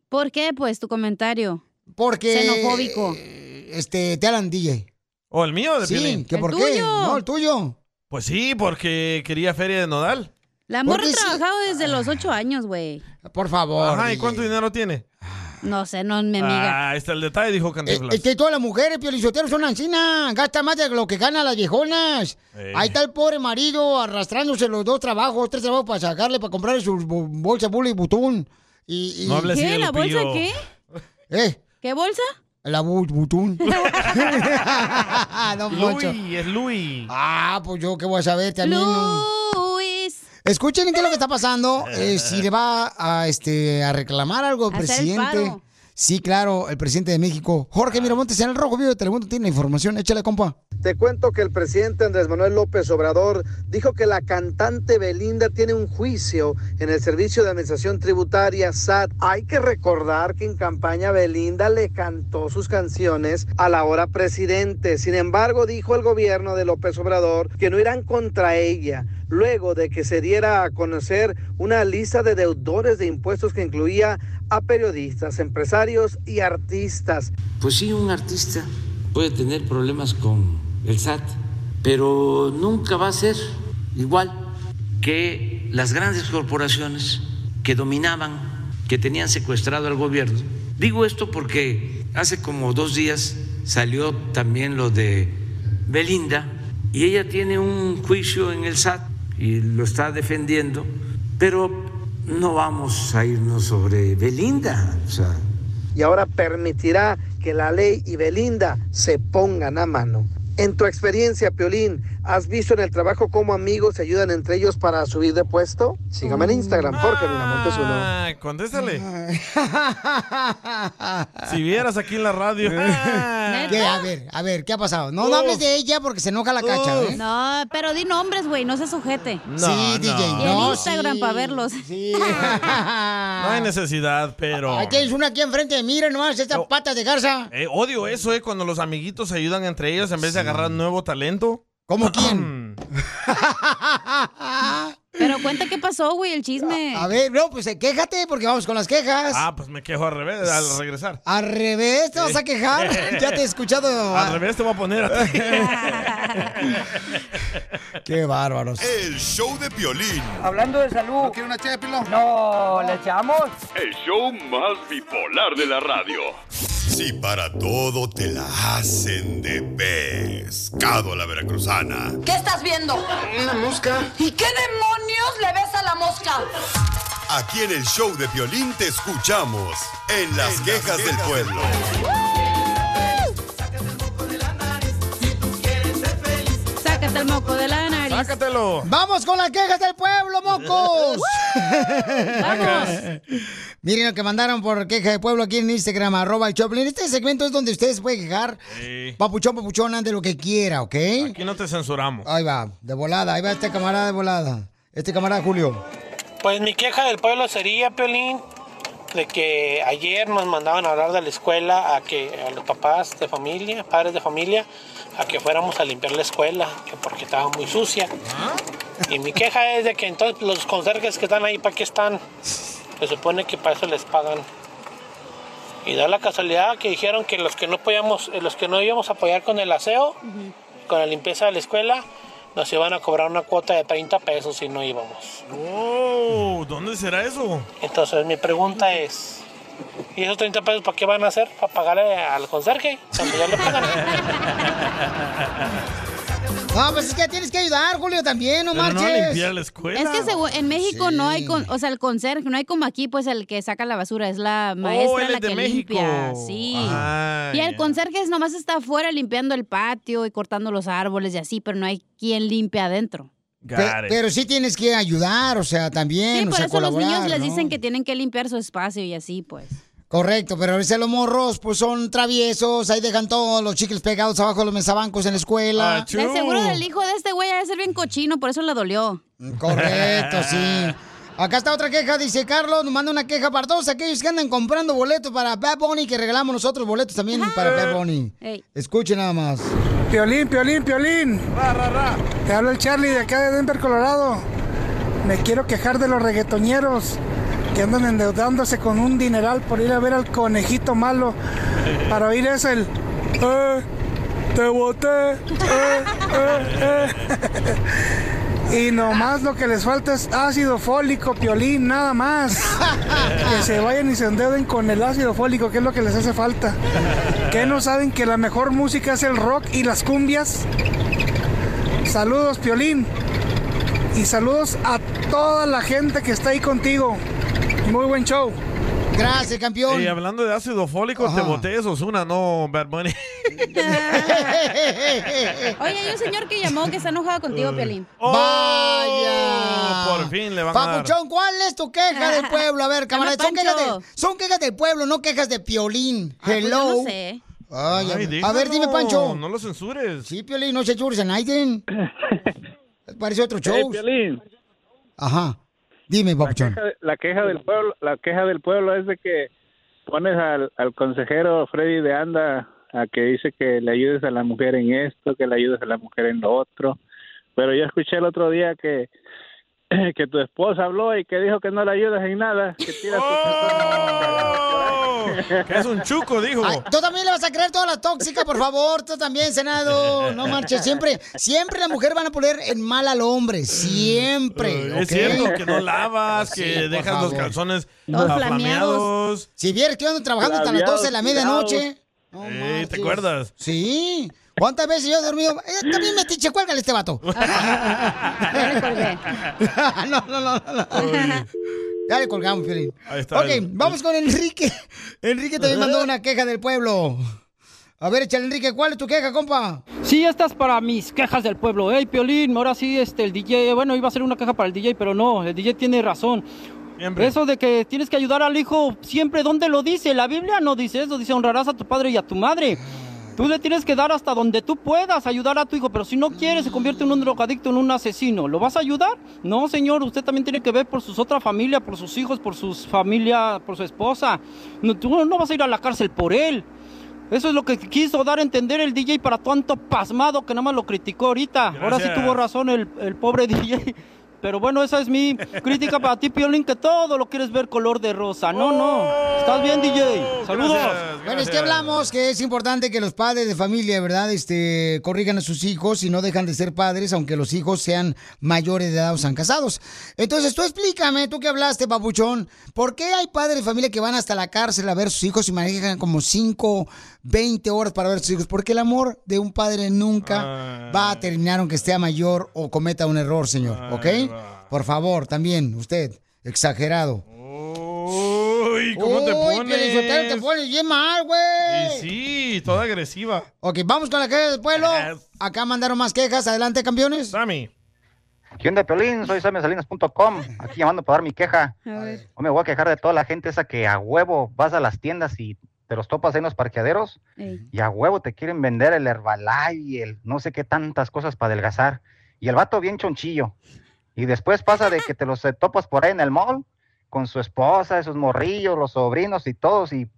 ¿Por qué, pues, tu comentario? Porque- Xenofóbico. Este, te hablan DJ. ¿O Oh, el mío de Sí, Piolín? que por qué. No, el tuyo. Pues sí, porque quería feria de Nodal. La morra ha trabajado desde los ocho años, güey. Por favor. Ajá, ¿y cuánto dinero tiene? No sé, no me amiga. Ah, ahí está el detalle, dijo Cantinflas. Es que todas las mujeres, piolizoteros, son ancinas. Gasta más de lo que ganan las viejonas. Ey. Ahí está el pobre marido arrastrándose los dos trabajos, tres trabajos para sacarle, para comprarle sus bo- bolsas bula y butún. Y, y- No hables ¿Qué? ¿La bolsa qué? ¿Eh? ¿Qué bolsa? La bu- butún. Don Poncho. Louis, es Louis. Ah, pues yo qué voy a saber también. no. Luis. Escuchen qué es lo que está pasando. eh, si le va a, este, a reclamar algo al Hacer el presidente. paro. Sí, claro, el presidente de México. Jorge Miramontes en el Rojo Vivo de Telemundo tiene la información. Échale, compa. Te cuento que el presidente Andrés Manuel López Obrador dijo que la cantante Belinda tiene un juicio en el Servicio de Administración Tributaria SAT. Hay que recordar que en campaña Belinda le cantó sus canciones a la hora presidente. Sin embargo, dijo el gobierno de López Obrador que no irán contra ella luego de que se diera a conocer una lista de deudores de impuestos que incluía a periodistas, empresarios y artistas. Pues sí, un artista puede tener problemas con el SAT, pero nunca va a ser igual que las grandes corporaciones que dominaban, que tenían secuestrado al gobierno. Digo esto porque hace como dos días salió también lo de Belinda y ella tiene un juicio en el SAT y lo está defendiendo, pero no vamos a irnos sobre Belinda. O sea, y ahora permitirá que la ley y Belinda se pongan a mano. En tu experiencia, Piolín, ¿has visto en el trabajo cómo amigos se ayudan entre ellos para subir de puesto? Sígame en Instagram, Jorge Miramontes uno. Ah, contéstale. si vieras aquí en la radio. ¿Qué? A ver, a ver, ¿qué ha pasado? No, no Uf. hables de ella porque se enoja la cacha, ¿eh? No, pero di nombres, güey, no seas sujete. No, Sí, DJ, Y en no, Instagram para verlos. No hay necesidad, pero. Ahí tienes una aquí enfrente de mira nomás, estas patas de garza. Eh, odio eso, ¿eh? Cuando los amiguitos se ayudan entre ellos en vez de agarrar nuevo talento. ¿Cómo quién? Pero cuenta qué pasó, güey, el chisme. A ver, no, pues eh, quéjate porque vamos con las quejas. ah, pues me quejo al revés, al regresar. Al revés, te vas a quejar. ya te he escuchado. Al revés te voy a poner a ti. Qué bárbaros. El show de Piolín. Hablando de salud. ¿No quiere una ché de pilón? No, ¿le echamos? El show más bipolar de la radio. Si para todo te la hacen de pescado a la veracruzana. ¿Qué estás viendo? Una mosca. ¿Y qué demonios le ves a la mosca? Aquí en el show de Piolín te escuchamos en las quejas del pueblo. Sácate el moco de la nariz. Sácatelo. Vamos con las quejas del pueblo, mocos. Vamos. Miren lo que mandaron por queja de pueblo aquí en Instagram, arroba el Choplin. Este segmento es donde ustedes pueden quejar, Sí. papuchón, papuchona, de lo que quiera, ¿ok? Aquí no te censuramos. Ahí va, de volada, ahí va este camarada de volada. Este camarada Julio. Pues mi queja del pueblo sería, Piolín, de que ayer nos mandaban a hablar de la escuela a que a los papás de familia, padres de familia, a que fuéramos a limpiar la escuela, que porque estaba muy sucia. Y mi queja es de que entonces los conserjes que están ahí, ¿para qué están? Se supone que para eso les pagan. Y da la casualidad que dijeron que los que no podíamos, eh, los que no íbamos a apoyar con el aseo, con la limpieza de la escuela, nos iban a cobrar una cuota de 30 pesos si no íbamos. Oh, ¿dónde será eso? Entonces mi pregunta es, ¿y esos 30 pesos para qué van a hacer? ¿Para pagarle al conserje? Cuando ya le pagan. No, pues es que tienes que ayudar, Julio, también, no Pero no marches. limpiar la Es que según- en México no hay, con, o sea, el conserje, no hay como aquí, pues el que saca la basura, es la maestra Oh, él la es de que México. limpia. Sí. Ah, y el ya. conserje es nomás está afuera limpiando el patio y cortando los árboles y así, pero no hay quien limpie adentro. Pe- pero sí tienes que ayudar, o sea, también. Sí, o por sea, eso los niños colaborar, les ¿no? dicen que tienen que limpiar su espacio y así, pues. Correcto, pero a veces los morros pues son traviesos, ahí dejan todos los chicles pegados abajo de los mesabancos en la Ah, escuela. De seguro del hijo de este güey ha de ser bien cochino, por eso le dolió. Correcto, sí. Acá está otra queja, dice Carlos, nos manda una queja para todos aquellos que andan comprando boletos para Bad Bunny, que regalamos nosotros boletos también para Bad Bunny. Escuchen nada más. Piolín, Piolín, Piolín. Te habla el Charlie de acá de Denver, Colorado. Me quiero quejar de los reggaetoñeros que andan endeudándose con un dineral por ir a ver al conejito malo. Para oír es el... "Eh, te boté. eh, eh, eh". y nomás lo que les falta es ácido fólico, Piolín, nada más. Que se vayan y se endeuden con el ácido fólico, que es lo que les hace falta. ¿Qué no saben que la mejor música es el rock y las cumbias? Saludos, Piolín. Y saludos a toda la gente que está ahí contigo. Muy buen show. Gracias, campeón. Y hablando de ácido fólico, Ajá. te boté eso, una no, Bad Bunny. Oye, hay un señor que llamó que está enojado contigo, Pelín. ¡Vaya! Oh, Por fin le van a dar. Papuchón, ¿cuál es tu queja del pueblo? A ver, camarada, son quejas, de- son quejas del pueblo, no quejas de Piolín. pues yo Hello. no sé. Ay, a Ay, ver. a ver, dime, déjalo, Pancho. No lo censures. Sí, Piolín, no se churse Naiden. Parece otro show. Hey, Piolín. Ajá. Dime, Papuchón. queja- la queja del pueblo la queja del pueblo es de que pones al, al consejero Freddy de Anda a que dice que le ayudes a la mujer en esto que le ayudes a la mujer en lo otro pero yo escuché el otro día que que tu esposa habló y que dijo que no le ayudas en nada que tiras Oh, que es un chuco dijo Ay, Tú también le vas a creer todas las tóxicas, por favor. Tú también, Senado. No marches. Siempre, siempre la mujer van a poner en mal al hombre. Siempre. Es ¿ok? cierto que no lavas, que Sí, por dejas los favor. calzones Todos aflameados. Si vieres que yo ando trabajando hasta las Labiados, 12 de la medianoche. tirados. Ey, ¿Te acuerdas? Sí. ¿Cuántas veces yo he dormido? Eh, también me tiche, cuélgale a este vato. no, no, no, no, no. Ya le colgamos, Piolín. Ahí está. Ok, vamos con Enrique. Enrique también mandó una queja del pueblo. A ver, échale, Enrique, ¿cuál es tu queja, compa? Sí, estas para mis quejas del pueblo. Hey, Piolín, ahora sí, este, el DJ, bueno, iba a ser una queja para el DJ, pero no, el DJ tiene razón. Eso de que tienes que ayudar al hijo siempre, ¿dónde lo dice? La Biblia no dice eso, dice honrarás a tu padre y a tu madre. Tú le tienes que dar hasta donde tú puedas ayudar a tu hijo, pero si no quieres, se convierte en un drogadicto, en un asesino. ¿Lo vas a ayudar? No, señor, usted también tiene que ver por sus otra familia, por sus hijos, por sus familia, por su esposa. No, tú no vas a ir a la cárcel por él. Eso es lo que quiso dar a entender el DJ para tanto pasmado que nada más lo criticó ahorita. Ahora sí Gracias. tuvo razón el, el pobre DJ. Pero bueno, esa es mi crítica para ti, Piolín, que todo lo quieres ver color de rosa. No, Oh, no. Estás bien, DJ. Saludos. Bueno, es que hablamos que es importante que los padres de familia, ¿verdad? Este, corrijan a sus hijos y no dejan de ser padres, aunque los hijos sean mayores de edad o sean casados. Entonces, tú explícame, tú que hablaste, papuchón, ¿por qué hay padres de familia que van hasta la cárcel a ver a sus hijos y manejan como 5, 20 horas para ver a sus hijos? Porque el amor de un padre nunca Ah. va a terminar aunque esté mayor o cometa un error, señor, Ah, ¿ok? Por favor, también, usted, exagerado. Uy, ¿cómo te Uy, pones? Pielinsotelo, te pones bien mal, güey. Y sí, toda agresiva. Ok, vamos con la queja del pueblo. Acá mandaron más quejas. Adelante, campeones. Sammy. ¿Qué onda, Piolín? Soy salinas.com aquí llamando para dar mi queja. No me voy a quejar de toda la gente esa que a huevo vas a las tiendas y te los topas en los parqueaderos y a huevo te quieren vender el Herbalife y el no sé qué tantas cosas para adelgazar. Y el vato bien chonchillo. Y después pasa de que te los eh, topas por ahí en el mall con su esposa, esos morrillos, los sobrinos y todos. Y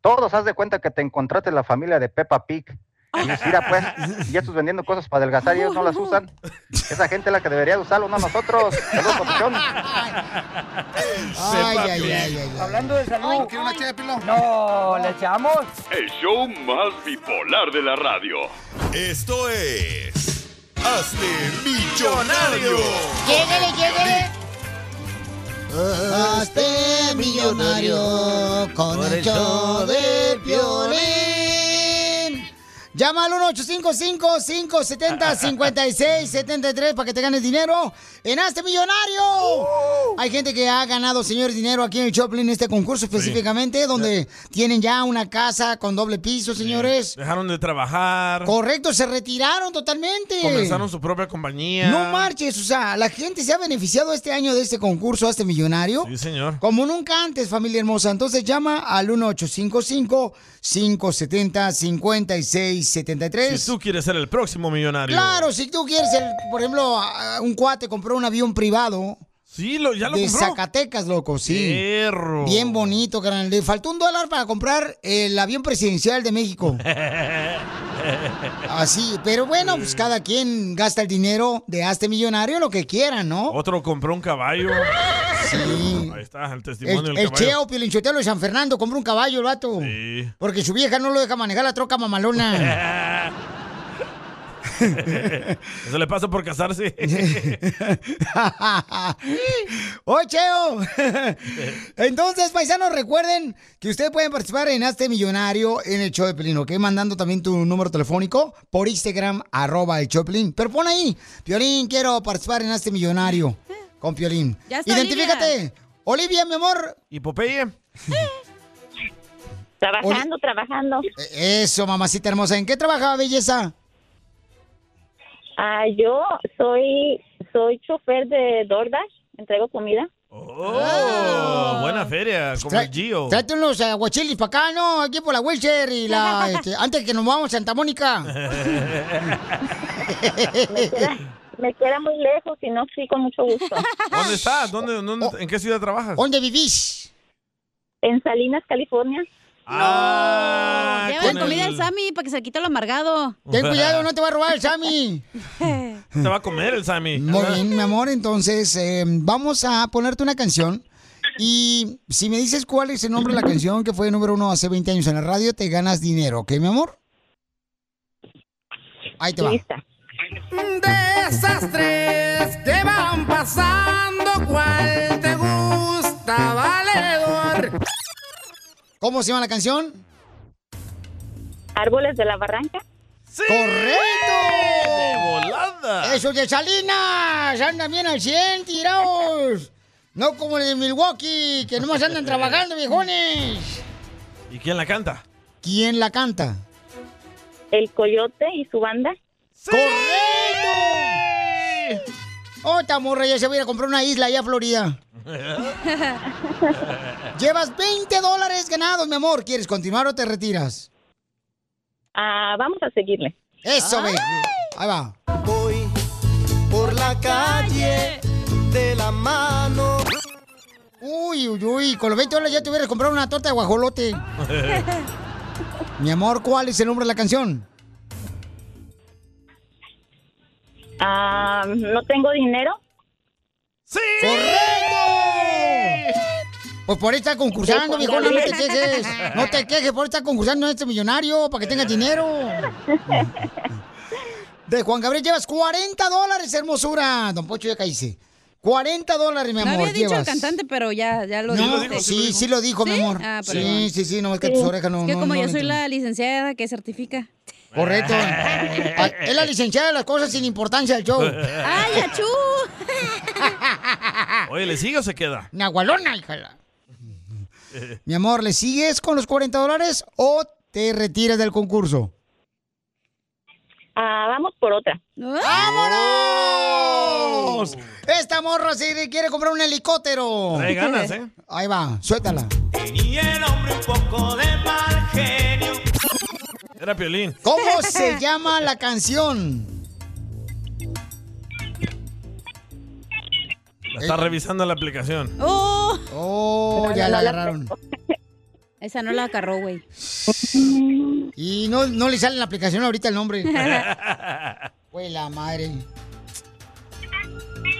todos haz de cuenta que te encontraste la familia de Peppa Pig. Y dices, mira pues, ya estos vendiendo cosas para adelgazar y ellos no las usan. Esa gente es la que debería de usarlo, no nosotros. Saludos, papuchón. Ay, ay, ay, ay. Hablando de salud. una No, ¿le echamos? El show más bipolar de la radio. Esto es. Hazte millonario. Lléguele, lléguele. Hazte millonario con el show de Piolín. Llama al 1-855-570-5673 para que te ganes dinero en Hazte Millonario. Uh. Hay gente que ha ganado, señores, dinero aquí en el Choplin, este concurso específicamente, donde tienen ya una casa con doble piso, señores. Dejaron de trabajar. Correcto, se retiraron totalmente. Comenzaron su propia compañía. No marches, o sea, la gente se ha beneficiado este año de este concurso, a este millonario. Sí, señor. Como nunca antes, familia hermosa. Entonces llama al 1855-570-5673. Si tú quieres ser el próximo millonario. Claro, si tú quieres, el- por ejemplo, a- a un cuate compró un avión privado. Sí, lo, ya lo De compró. Zacatecas, loco, sí. Fierro. Bien bonito, carnal. Le faltó un dólar para comprar el avión presidencial de México. Así, pero bueno, pues cada quien gasta el dinero de este millonario lo que quiera, ¿no? Otro compró un caballo. Sí. Ahí está el testimonio El, del el caballo. Cheo Pielinchotelo de San Fernando compró un caballo, el vato. Sí. Porque su vieja no lo deja manejar la troca mamalona. Eso le pasa por casarse. ¡Oye, Cheo! Entonces, paisanos, recuerden que ustedes pueden participar en Hazte Millonario en el show de Pelín, ¿ok? Mandando también tu número telefónico por Instagram, arroba el show de Pelín. Pero pon ahí, Piolín, quiero participar en Hazte Millonario con Piolín. Ya está, Identifícate. Olivia. mi amor. ¿Y Popeye? Trabajando, trabajando. E-, Eso, mamacita hermosa. ¿En qué trabajaba, belleza? Ah, yo soy soy chofer de DoorDash entrego comida. Oh, buena feria, como el Gio. Tráete unos aguachilis para acá, ¿no? Aquí por la Wilshire y la... este, antes que nos vamos a Santa Mónica. Me queda muy lejos y no fui con mucho gusto. ¿Dónde estás? ¿Dónde, dónde- ¿En qué ciudad trabajas? ¿Dónde vivís? En Salinas, California. Ah, Lleva con la comida el- al Sammy para que se le quite lo amargado. Ten cuidado, no te va a robar el Sammy. Te va a comer el Sammy. Ah, Muy bien, mi amor. Entonces, eh, vamos a ponerte una canción. Y si me dices cuál es el nombre de la canción que fue número uno hace 20 años en la radio, te ganas dinero, ¿ok, mi amor? Ahí te va. De esas tres que van pasando, ¿cuál te gusta, valedor? ¿Cómo se llama la canción? Árboles de la Barranca. ¡Correcto! ¡De volada! ¡Eso de Salinas! ¡Andan bien al 100, tirados! No como el de Milwaukee, que nomás andan trabajando, viejones. ¿Y quién la canta? ¿Quién la canta? El Coyote y su banda. ¡Correcto! Oh, esta morra ya se va a ir a comprar una isla allá a Florida. Llevas 20 dólares ganados, mi amor. ¿Quieres continuar o te retiras? Ah, vamos a seguirle. Eso, ve. Ahí va. Voy por la calle de la mano. Uy, uy, uy. Con los 20 dólares ya te hubieras comprado una torta de guajolote. mi amor, ¿cuál es el nombre de la canción? Ah, no tengo dinero. ¡Sí! ¡Correcto! Pues por estar concursando, Sí, viejo, no te Juan Gabriel. quejes. No te quejes por estar concursando en este millonario para que tengas dinero. De Juan Gabriel llevas 40 dólares, hermosura. Don Pocho ya caíste. 40 dólares, mi no amor. había dicho el llevas. cantante, pero ya, ya lo No, dijiste. sí, sí lo dijo, mi ¿Sí? amor. Ah, sí, perdón. sí, sí, no, es que tus orejas no. Es que no- como no yo le soy entienden. la licenciada que certifica. Correcto. Ah, Es la licenciada de las cosas sin importancia del show. ¡Ay, achú! Oye, ¿le sigue o se queda? Nahualona, híjala. Mi amor, ¿le sigues con los 40 dólares o te retiras del concurso? Ah, vamos por otra. ¡Oh! ¡Vámonos! Esta morra sí quiere comprar un helicóptero. Trae ganas, ¿eh? Ahí va, suéltala. Y el hombre un poco de mal genio. Era Piolín. ¿Cómo se llama la canción? La está revisando la aplicación. ¡Oh! ¡Oh! ya la agarraron. Esa no la agarró, güey. Y no, no le sale en la aplicación ahorita el nombre. Güey, la madre.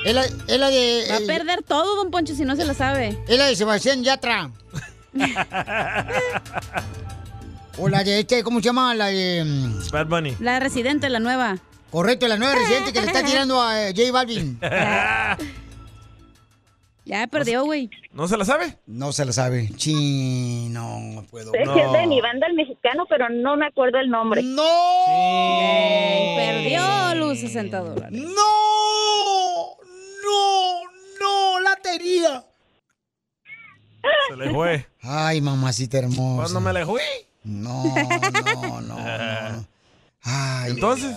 Es la, es la de. Va a perder todo, don Poncho, si no se la sabe. Es la de Sebastián Yatra. o la de este, ¿cómo se llama? La de. mm, Bad Bunny. La residente, la nueva. Correcto, la nueva residente que le está tirando a eh, J Balvin. Ya perdió, güey. ¿No se la sabe? No se la sabe. Chino, no puedo. Es que es de mi banda el mexicano, pero no me acuerdo el nombre. ¡No! Perdió los 60 dólares. ¡No! ¡No! ¡No! ¡La tenía! Se le fue. Ay, mamacita hermosa. ¿Cuándo me la fui? No, no, no. no. Ay, Entonces.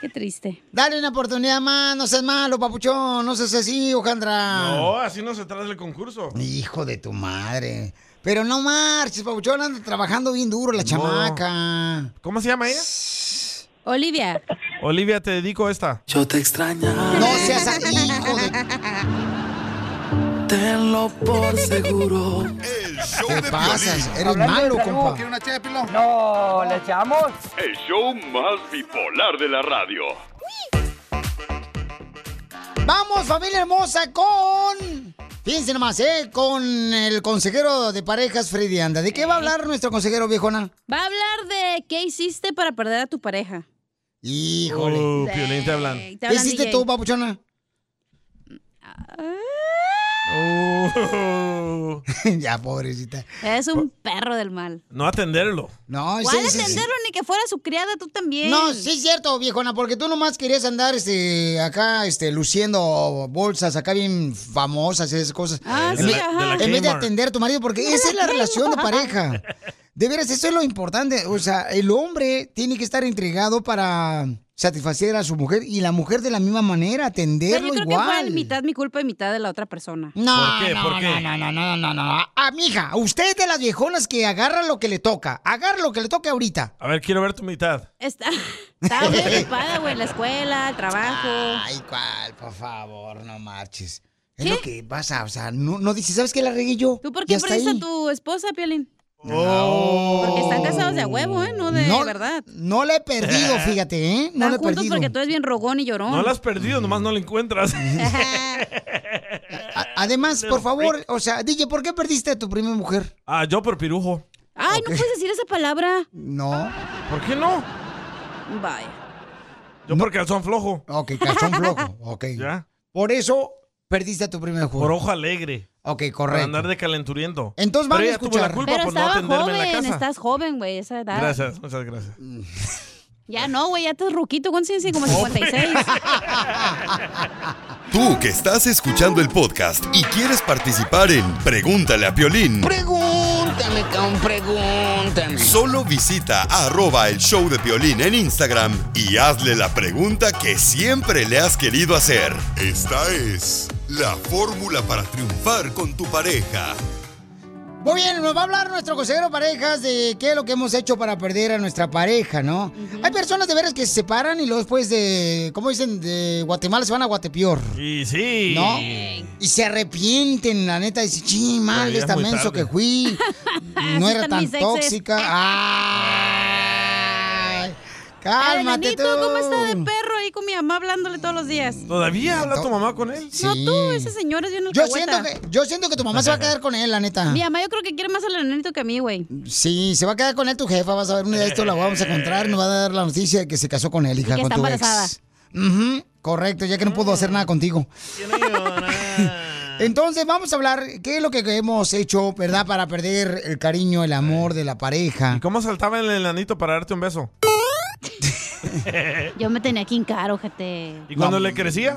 Qué triste. Dale una oportunidad más, no seas malo, papuchón, no seas así, Ojandra. No, así no se trata el concurso. Ah. Hijo de tu madre. Pero no marches, papuchón, anda trabajando bien duro la chamaca. ¿Cómo se llama ella? Olivia. Olivia, te dedico esta. Yo te extraña. No seas a- hijo de... Tenlo por seguro. ¿Qué pasas? Eres Hablando de malo, salud, compa. ¿quiere una ché de pilón? No, ¿le echamos? El show más bipolar de la radio. Vamos, familia hermosa, con... Fíjense nomás, ¿eh? Con el consejero de parejas, Freddy Anda. ¿De qué va a hablar nuestro consejero, viejona? Va a hablar de qué hiciste para perder a tu pareja. Híjole. Uh, Piolín, te hablan. Te ¿Qué hablan, Ah. hiciste DJ. tú, papuchona? Uh, ya, pobrecita. Es un perro del mal. No atenderlo. No, ¿Cuál atenderlo ni que fuera su criada tú también? No, sí es cierto, viejona, porque tú nomás querías andar este, acá este, luciendo bolsas acá bien famosas y esas cosas. Ah, en sí, vez, ajá. De la en vez de Kmart. atender a tu marido, porque esa es la relación de pareja. De veras, eso es lo importante. O sea, el hombre tiene que estar entregado para satisfacer a su mujer y la mujer de la misma manera, Pero atenderlo yo creo que fue igual. mitad mi culpa y mitad de la otra persona. No, no, no, no, no, no, no, no. Ah, mija, usted es de las viejonas que agarra lo que le toca. Agarra lo que le toque ahorita. A ver, quiero ver tu mitad. Está, estaba muy ocupada, güey, en la escuela, el trabajo. Ay, cuál, por favor, no marches. Es lo que pasa, o sea, no, no dices, ¿sabes qué la regué yo? ¿Tú por qué perdiste a tu esposa, Piolín? Oh. Porque están casados de a huevo, ¿eh? No de No, verdad. No la he perdido, fíjate, ¿eh? No Están la he juntos perdido. porque tú eres bien rogón y llorón. No la has perdido, nomás no la encuentras. A- Además, por favor, o sea, DJ, ¿por qué perdiste a tu primera mujer? ah, yo por pirujo. Ay, no puedes decir esa palabra. No. ¿Por qué no? Vaya. Yo por calzón flojo. Ok, calzón flojo. Ok. ¿Ya? Por eso perdiste a tu primera mujer. Por ojo alegre. Ok, Por correcto. andar de calenturiento. Entonces vamos Pero a ella tuvo escuchar. la culpa por no atenderme joven, en la casa. estás joven, güey, esa edad. Gracias, muchas gracias. Mm. Ya no, güey, ya estás ruquito, ¿cuántos tienes? Como 56. Tú que estás escuchando el podcast y quieres participar en Pregúntale a Piolín, Pregúntame, cabrón, pregúntame. solo visita arroba el show de Piolín en Instagram y hazle la pregunta que siempre le has querido hacer. Esta es la fórmula para triunfar con tu pareja. Muy bien, nos va a hablar nuestro consejero parejas de qué es lo que hemos hecho para perder a nuestra pareja, ¿no? Hay personas de veras que se separan y luego después de, ¿cómo dicen? De Guatemala se van a Guatepeor. Y sí. ¿No? Y se arrepienten, la neta, dicen, sí, mal, Pero ya es esta muy menso tarde". que fui, no era Así están tan mis exes. tóxica. Ah. ¡Ay! ¡Cálmate Nenito, tú! ¿cómo está de perro ahí con mi mamá hablándole todos los días? ¿Todavía habla tu mamá con él? No, tú, ese señor es bien Yo alcahueta. siento, que, yo siento que tu mamá se va a quedar con él, la neta. Mi mamá yo creo que quiere más a Leonardo que a mí, güey. Sí, se va a quedar con él tu jefa, vas a ver, un día de esto la vamos a encontrar, nos va a dar la noticia de que se casó con él, hija, que con está tu embarazada. ex. Ujú, correcto, ya que no puedo hacer nada contigo. Entonces vamos a hablar qué es lo que hemos hecho, ¿verdad? Para perder el cariño, el amor de la pareja. ¿Cómo saltaba el enanito para darte un beso? Yo me tenía que hincar, ojete. ¿Y cuando le crecía?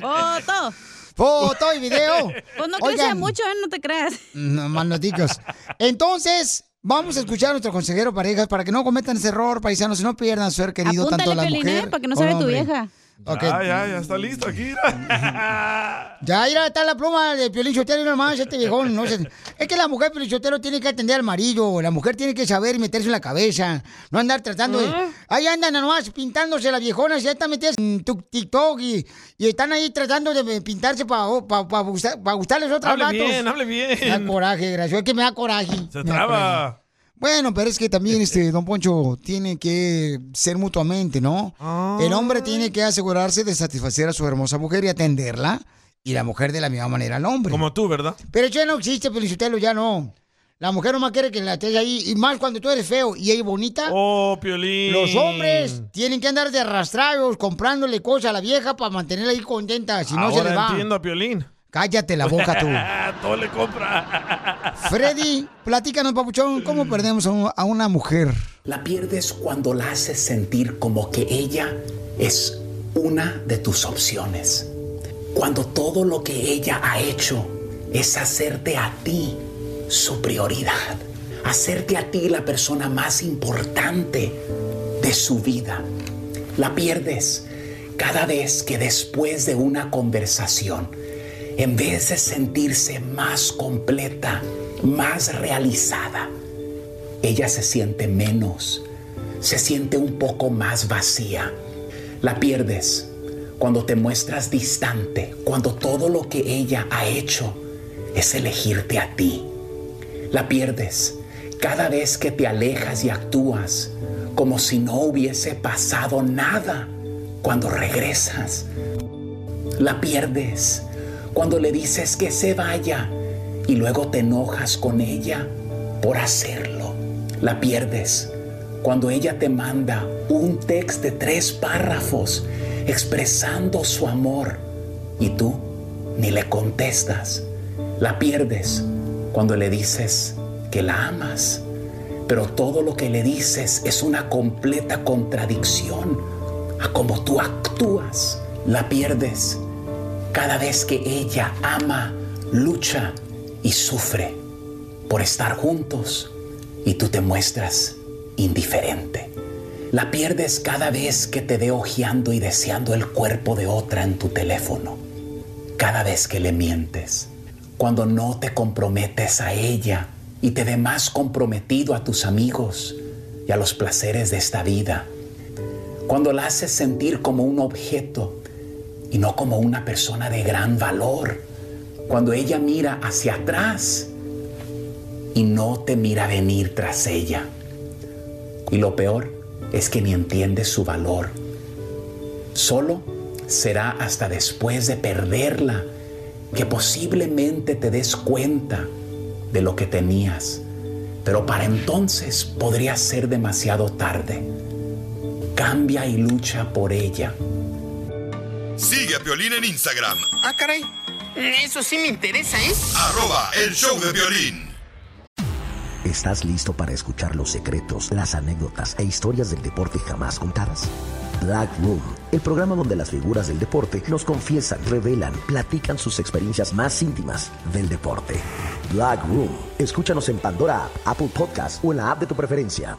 ¡Foto! Foto y video. Pues no Oigan. crece mucho, ¿eh? No te creas. No, más noticas. Entonces, vamos a escuchar a nuestro consejero parejas para que no cometan ese error, paisanos, y no pierdan su ser querido Apúntale, tanto a la Piolín, mujer. ¿eh? para que no como se vea tu hombre. vieja. Ok. Ya, Ah, ya, ya está listo aquí. Ya, mira, está la pluma de Piolín Sotelo, no nomás, este viejón. No se- Es que la mujer Piolín Sotelo tiene que atender al marido. La mujer tiene que saber meterse en la cabeza. No andar tratando de... ¿Ah? Ahí andan nomás pintándose las viejonas. Ya están metidas en tu TikTok y, y están ahí tratando de pintarse oh, para gustarles otras Hable vatos. bien, hable bien. Me da coraje, gracias. Es que me da coraje. Me da Se coraje. traba. Bueno, pero es que también este Don Poncho tiene que ser mutuamente, ¿no? El hombre tiene que asegurarse de satisfacer a su hermosa mujer y atenderla y la mujer de la misma manera al hombre. Como tú, ¿verdad? Pero ya no existe, Felicitelo, ya no. La mujer nomás quiere que la estés ahí y más cuando tú eres feo y ella bonita. Oh, Piolín. Los hombres tienen que andar de arrastrados comprándole cosas a la vieja para mantenerla ahí contenta, si no Ahora se le va. entiendo a Piolín. Cállate la boca tú. Todo le compra. Freddy, platícanos, papuchón, ¿cómo perdemos a un- a una mujer? La pierdes cuando la haces sentir como que ella es una de tus opciones. Cuando todo lo que ella ha hecho es hacerte a ti su prioridad. Hacerte a ti la persona más importante de su vida. La pierdes cada vez que después de una conversación, en vez de sentirse más completa, más realizada, ella se siente menos, se siente un poco más vacía. La pierdes cuando te muestras distante, cuando todo lo que ella ha hecho es elegirte a ti. La pierdes cada vez que te alejas y actúas como si no hubiese pasado nada cuando regresas. La pierdes cuando le dices que se vaya y luego te enojas con ella por hacerlo. La pierdes cuando ella te manda un text de tres párrafos expresando su amor y tú ni le contestas. La pierdes cuando le dices que la amas, pero todo lo que le dices es una completa contradicción a cómo tú actúas. La pierdes cada vez que ella ama, lucha y sufre por estar juntos y tú te muestras indiferente. La pierdes cada vez que te ve ojeando y deseando el cuerpo de otra en tu teléfono. Cada vez que le mientes. Cuando no te comprometes a ella y te ve más comprometido a tus amigos y a los placeres de esta vida. Cuando la haces sentir como un objeto y no como una persona de gran valor. Cuando ella mira hacia atrás y no te mira venir tras ella. Y lo peor es que ni entiendes su valor. Solo será hasta después de perderla que posiblemente te des cuenta de lo que tenías. Pero para entonces podría ser demasiado tarde. Cambia y lucha por ella. Sigue a Piolín en Instagram, Ah, caray. Eso sí me interesa, ¿eh? arroba el show de violín. ¿Estás listo para escuchar los secretos, las anécdotas e historias del deporte jamás contadas? Black Room, el programa donde las figuras del deporte nos confiesan, revelan, platican sus experiencias más íntimas del deporte. Black Room, escúchanos en Pandora, App, Apple Podcast o en la app de tu preferencia.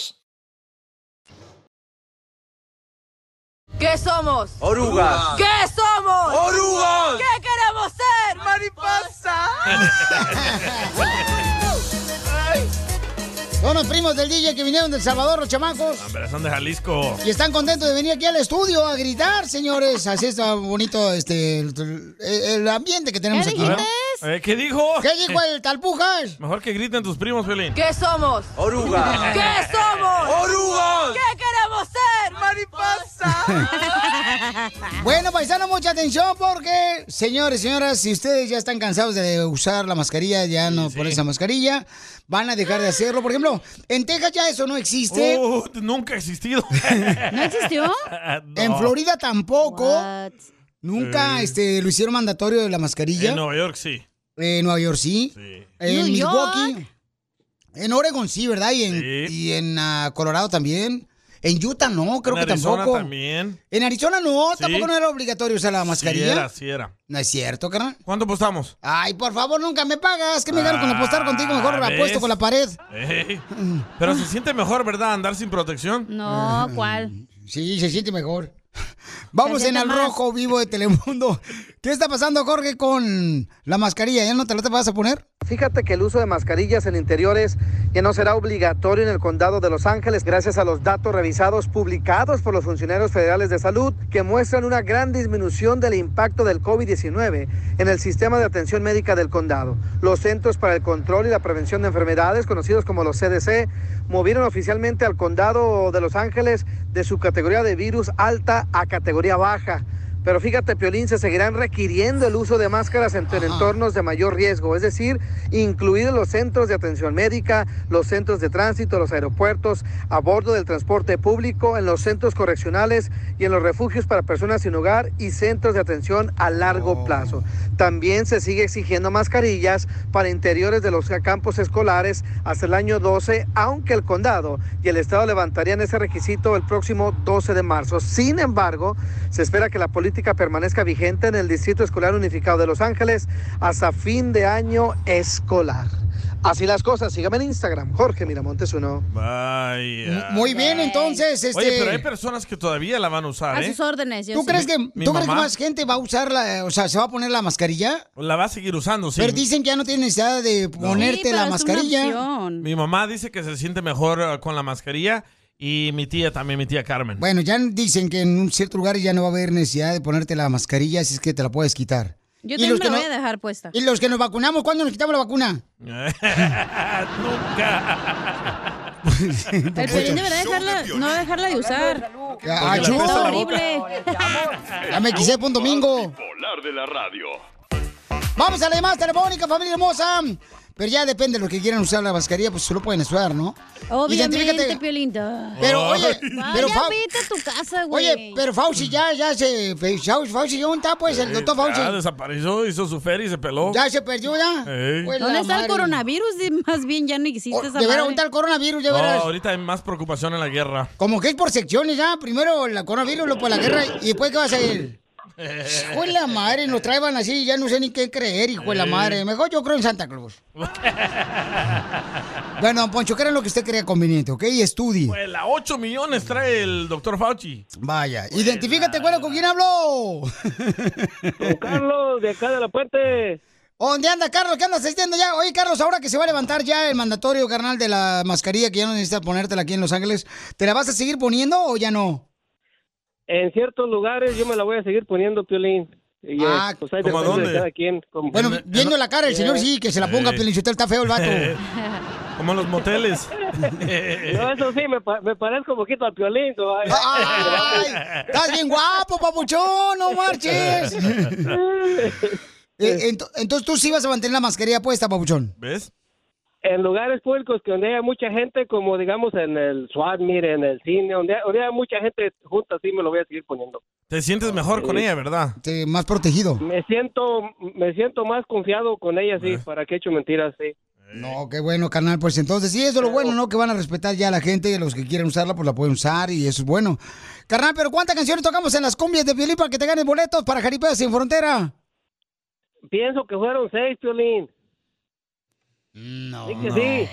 ¿Qué somos? Orugas. ¿Qué somos? Orugas. ¿Qué queremos ser? Mariposa. Son los primos del DJ que vinieron del Salvador, los chamacos. Hombre, son de Jalisco. Y están contentos de venir aquí al estudio a gritar, señores. Así está bonito este el, el ambiente que tenemos aquí. A ver, a ver, ¿Qué dijo? ¿Qué dijo el talpujas? Mejor que griten tus primos, Violín. ¿Qué somos? Orugas. ¿Qué somos? Orugas. ¿Qué queremos ser? Mariposa. Bueno, paisano, mucha atención porque, señores, señoras, si ustedes ya están cansados de usar la mascarilla, ya no por esa mascarilla, van a dejar de hacerlo. Por ejemplo, en Texas ya eso no existe. Oh, nunca ha existido. ¿No existió? No. En Florida tampoco. Nunca Sí. este, lo hicieron mandatorio de la mascarilla. En Nueva York sí. En Nueva York sí. Eh, En New Milwaukee. En Oregon sí, ¿verdad? Y en, Sí. y en ah, Colorado también. En Utah no, creo en que Arizona tampoco. también. En Arizona no, Sí. tampoco no era obligatorio usar la Sí mascarilla. era, sí era. No es cierto, carnal. ¿Cuánto apostamos? Ay, por favor, nunca me pagas. Que me gano con apostar contigo. Mejor Ah, apuesto ¿ves? con la pared. Ey. Mm. Pero se siente mejor, ¿verdad? Andar sin protección. No, ¿cuál? Eh, Sí, Ah. se siente mejor. Vamos Se en siente el más. rojo vivo de Telemundo. ¿Qué está pasando, Jorge, con la mascarilla? ¿Ya no te la te vas a poner? Fíjate que el uso de mascarillas en interiores ya no será obligatorio en el condado de Los Ángeles gracias a los datos revisados publicados por los funcionarios federales de salud que muestran una gran disminución del impacto del COVID-19 en el sistema de atención médica del condado. Los Centros para el Control y la Prevención de Enfermedades, conocidos como los CDC, movieron oficialmente al condado de Los Ángeles de su categoría de virus alta a categoría baja. Pero fíjate, Piolín, se seguirán requiriendo el uso de máscaras en entornos de mayor riesgo, es decir, incluidos los centros de atención médica, los centros de tránsito, los aeropuertos, a bordo del transporte público, en los centros correccionales y en los refugios para personas sin hogar y centros de atención a largo plazo. También se sigue exigiendo mascarillas para interiores de los campos escolares hasta el año 12, aunque el condado y el estado levantarían ese requisito el próximo 12 de marzo. Sin embargo, se espera que la política política permanezca vigente en el Distrito Escolar Unificado de Los Ángeles hasta fin de año escolar. Así las cosas, sígame en Instagram, Jorge Miramontes uno. Vaya. Muy bien, entonces, este... Oye, pero hay personas que todavía la van a usar, A ¿eh? sus órdenes. yo ¿Tú sí. crees que, Mi ¿tú crees que mamá. más gente va a usar la, o sea, se va a poner la mascarilla? La va a seguir usando, sí. Pero dicen que ya no tiene necesidad de ponerte la mascarilla. Mi mamá dice que se siente mejor eh, con la mascarilla y mi tía también, mi tía Carmen. Bueno, ya dicen que en un cierto lugar ya no va a haber necesidad de ponerte la mascarilla, si es que te la puedes quitar. Yo ¿Y también los me que la no- voy a dejar puesta. ¿Y los que nos vacunamos? ¿Cuándo nos quitamos la vacuna? Nunca. El pelín debería dejarla, no dejarla de usar. Ah, Porque le achú. apesta la boca. horrible. Ya me quise por un domingo. Bipolar de la radio. Vamos a la llamada telefónica, familia hermosa. Pero ya depende de lo que quieran usar la mascarilla, pues se lo pueden usar, ¿no? Obviamente, Identifícate. Piolita. Pero, oye, pero, Vaya, Fau- vete a tu casa, pues, güey. Oye, pero Fauci ya, ya se... Fauci, Fauci ya está, pues, el doctor Fauci. Eh, Ya desapareció, hizo su feria y se peló. Ya se perdió, ya. Ey. Pues, ¿Dónde la está el madre. Oh, coronavirus? Más bien, ya no existe esa De veras, madre. Oh. ahorita el coronavirus, de No, veras. ahorita hay más preocupación en la guerra. Como que es por secciones, ya. Primero la coronavirus, luego la guerra, y después, ¿qué va a ser? Hijo de la madre, nos traían así, ya no sé ni qué creer, hijo de la Eh. madre. Mejor yo creo en Santa Claus. Bueno, don Poncho, que era lo que usted crea conveniente, ¿ok? Y estudie. Pues la 8 millones trae el doctor Fauci. Vaya, Pues, identifícate, güero, ¿con quién hablo? Carlos, de acá de la puente. ¿Dónde anda, Carlos? ¿Qué andas haciendo ya? Oye, Carlos, ahora que se va a levantar ya el mandatorio, carnal, de la mascarilla, que ya no necesitas ponértela aquí en Los Ángeles, ¿te la vas a seguir poniendo o ya no? En ciertos lugares yo me la voy a seguir poniendo, Piolín. Y, Ah, eh, pues ahí ¿cómo depende de dónde? cada quien, como- Bueno, viendo la cara del señor, sí, que se la ponga, Eh. Pielinchotelo, está feo el vato. Como en los moteles. No, eso sí, me, pa- me parezco un poquito al Piolín. ¿no? Ay, Estás bien guapo, papuchón, no marches. Eh, ento- entonces tú sí vas a mantener la mascarilla puesta, papuchón. ¿Ves? En lugares públicos que donde haya mucha gente, como digamos en el SWAT, mire, en el cine, donde, donde haya mucha gente junta, sí me lo voy a seguir poniendo. Te sientes mejor con ella, ¿verdad? Te- más protegido. Me siento, me siento más confiado con ella, Eh. sí, para que he hecho mentiras, sí. No, qué bueno, canal. Pues entonces, sí, eso es lo bueno, ¿no? Que van a respetar ya a la gente, los que quieren usarla, pues la pueden usar y eso es bueno. Carnal, pero ¿cuántas canciones tocamos en las cumbias de Piolín para que te ganes boletos para Jaripeas sin frontera? Pienso que fueron seis, Piolín. No, sí que sí.